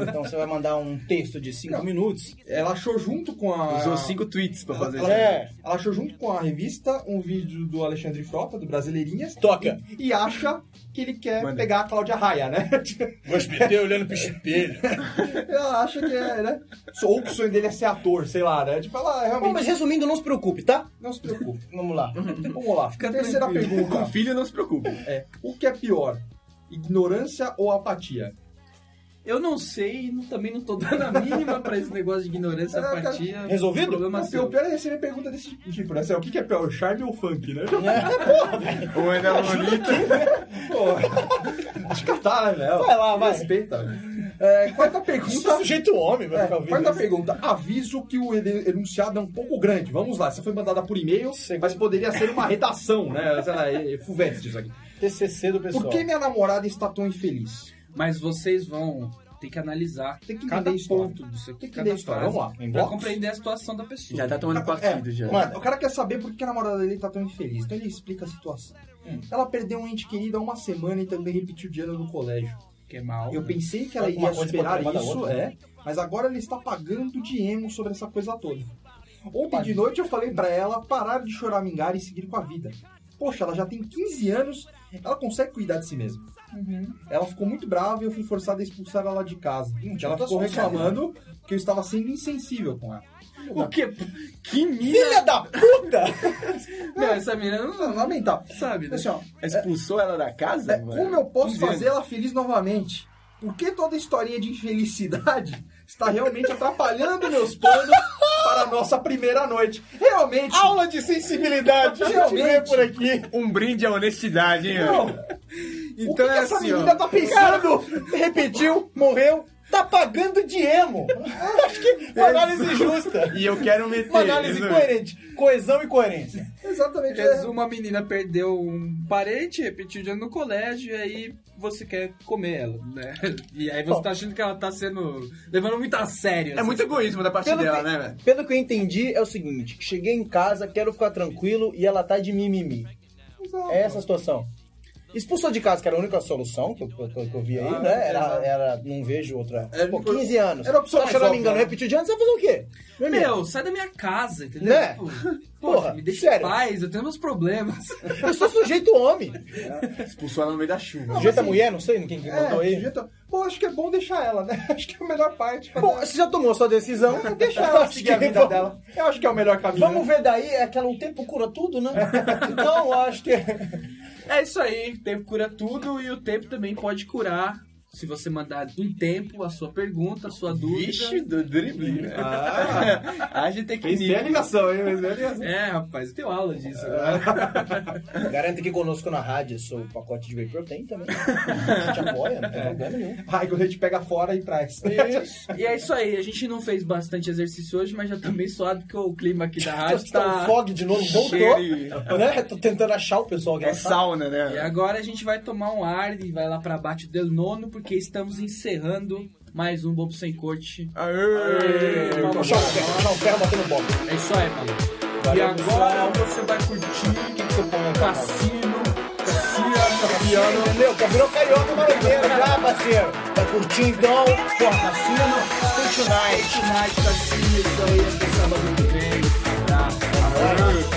B: Então você vai mandar um texto de cinco minutos.
E: Ela achou junto com a.
D: Usou cinco tweets pra fazer isso.
B: É,
E: Ah. Ela achou junto com a revista um vídeo do Alexandre Frota, do Brasileirinhas,
B: toca.
E: e acha que ele quer
D: Manda.
E: pegar a Cláudia Raia, né? *laughs*
B: Gospeteiro olhando pro espelho.
E: ela acha que é, né? Ou que o sonho dele é ser ator, sei lá, né? Tipo, ela
B: Bom,
E: realmente
B: mas resumindo, não se preocupe, tá?
E: não se preocupa.
B: Vamos lá.
E: Vamos lá,
A: Fica
E: terceira
A: tranquilo.
E: pergunta.
D: Com filho, não se preocupe.
E: O que é pior? Ignorância ou apatia?
A: Eu não sei, não- também não tô dando a mínima pra esse negócio de ignorância,
E: É, cara,
A: apatia. um
I: resolvido?
A: Problema
E: Mas o
A: seu.
E: pior é receber pergunta desse tipo, né? Assim, O que que é pior, charme ou funk, né?
D: Ou é da Monique.
E: *laughs* Acho que tá, né, velho?
B: Vai lá, vai.
E: Respeita. É, quarta
I: Isso é
E: pergunta.
I: sujeito homem, vai
E: É,
I: ficar ouvindo.
E: quarta
I: isso.
E: pergunta. Aviso que o ene- enunciado é um pouco grande. Vamos lá, essa foi mandada por e-mail, mas poderia ser uma redação, né? Sei lá, é- é Fuvest isso aqui.
B: TCC do pessoal.
E: Por que minha namorada está tão infeliz?
A: Mas vocês vão ter que analisar
E: Tem que
A: cada
E: entender isso.
A: ponto disso aqui,
E: Tem que
A: cada
E: entender a história.
A: frase,
E: Vamos lá.
A: Pra
B: Inbox?
A: compreender a situação da pessoa.
D: Já tá tomando
E: É,
D: partido, já.
E: Mano, o cara quer saber por que a namorada dele tá tão infeliz. Então ele explica a situação.
A: Hum.
E: Ela perdeu um ente querido há uma semana e também repetiu de ano no colégio.
A: Que é mal.
E: Eu pensei que ela
B: Alguma
E: iria
B: coisa
E: superar
B: pode levar da
E: isso,
B: outra,
E: é. Mas agora ela está pagando de emo sobre essa coisa toda. Ontem de noite eu falei pra ela parar de choramingar e seguir com a vida. Poxa, ela já tem 15 anos, ela consegue cuidar de si mesma.
B: Uhum.
E: Ela ficou muito brava e eu fui forçado a expulsar ela de casa.
B: então tá
E: ela ficou
B: né?
E: reclamando que eu estava sendo insensível com ela.
A: O que? Que mina!
B: Filha da puta!
A: Não, essa mina não
E: Não, lamentável.
A: sabe, né?
E: Pessoal,
D: Expulsou ela da casa?
E: É,
D: mano?
E: como eu posso
D: 15 anos.
E: fazer ela feliz novamente? Por que toda a historinha de infelicidade está Tá realmente atrapalhando meus planos para a nossa primeira noite? Realmente,
I: Aula de sensibilidade, a gente vê
E: Realmente.
I: por aqui.
D: Um brinde à honestidade, hein?
E: não.
D: velho?
E: o que,
D: Então
E: que
D: é
E: essa
D: assim,
E: menina
D: ó.
E: tá pensando?
B: Repetiu, morreu, tá pagando de emo. *laughs* Acho que uma análise justa.
D: E eu quero meter.
B: Uma análise
D: resolve?
B: coerente. Coesão e coerência.
E: Exatamente. é.
A: Resumo, a menina perdeu um parente, repetiu de ano no colégio, e aí você quer comer ela, né? *laughs* E aí você tá achando que ela tá sendo. levando muito a sério. assim,
D: É
A: essa
D: muito egoísmo da parte
B: Pelo
D: dela,
B: que-
D: né, velho?
B: Pelo que eu entendi, é o seguinte: cheguei em casa, quero ficar tranquilo e ela tá de mimimi. É essa a situação. Expulsou de casa, que era a única solução que eu, que eu- que eu vi aí, né? Era, era- não vejo outra.
E: Era-
B: Pô, 15 anos.
E: era a opção
B: tá
E: mais
B: chorando, me
E: óbvia,
B: engano,
E: né?
B: repetiu de anos, você vai fazer o quê? Meu amigo,
A: Meu, sai da minha casa, entendeu?
B: Né? *laughs*
A: Tipo, porra,
B: Porra,
A: me deixa
B: sério.
A: em paz, eu tenho meus problemas.
B: eu sou sujeito homem.
D: Expulsou ela no meio da chuva.
B: Sujeito a mulher, não assim, sei quem que mandou
E: É,
B: aí.
E: sujeito- Pô, acho que é bom deixar ela, né? *laughs* Acho que é a melhor parte.
B: Bom, você já tomou sua decisão,
E: Deixa ela
B: Acho
E: seguir a
B: que
E: vida
B: vamos-
E: dela. Eu acho que é o melhor caminho.
B: Vamos ver daí, é aquela o tempo cura tudo, né? Então, eu *laughs* acho que.
A: É isso aí, o tempo cura tudo e o tempo também pode curar. Se você mandar em tempo a sua pergunta, a sua dúvida.
D: Vixe do drible, né? a gente tem que
E: Ah, Fez bem a ligação, hein? Fez bem a ligação.
A: É, rapaz, eu tenho aula disso
B: É.
A: agora.
B: Garanto que conosco na rádio, sou o pacote de whey protein também. A gente apoia, não tem problema nenhum.
E: Ai, que o gente pega fora e traz.
A: E é isso aí, a gente não fez bastante exercício hoje, mas já tá meio suado porque o clima aqui
B: *laughs*
A: da
B: Tá,
A: rádio tá...
B: o fog de novo
D: Cheiro
B: voltou. Né? Tô tentando achar o pessoal que
D: É sauna, né?
A: E agora a gente vai tomar um ar e vai lá pra Bate del Nono, porque estamos encerrando mais um Bobo Sem Corte.
D: Aê!
A: Vamos lá.
B: Puxar o ferro, puxar o ferro batendo bola.
A: É isso aí, mano. E
B: Valeu,
A: agora
B: pessoal.
A: você vai curtir Cassino,
B: Cassiano, entendeu? Já virou carioca maroteiro já, parceiro. Tá curtindo então? Porra, Cassiano, Stay Tonight.
A: Night Cassino, isso aí, até sábado que vem. Abraço.
B: Abraço.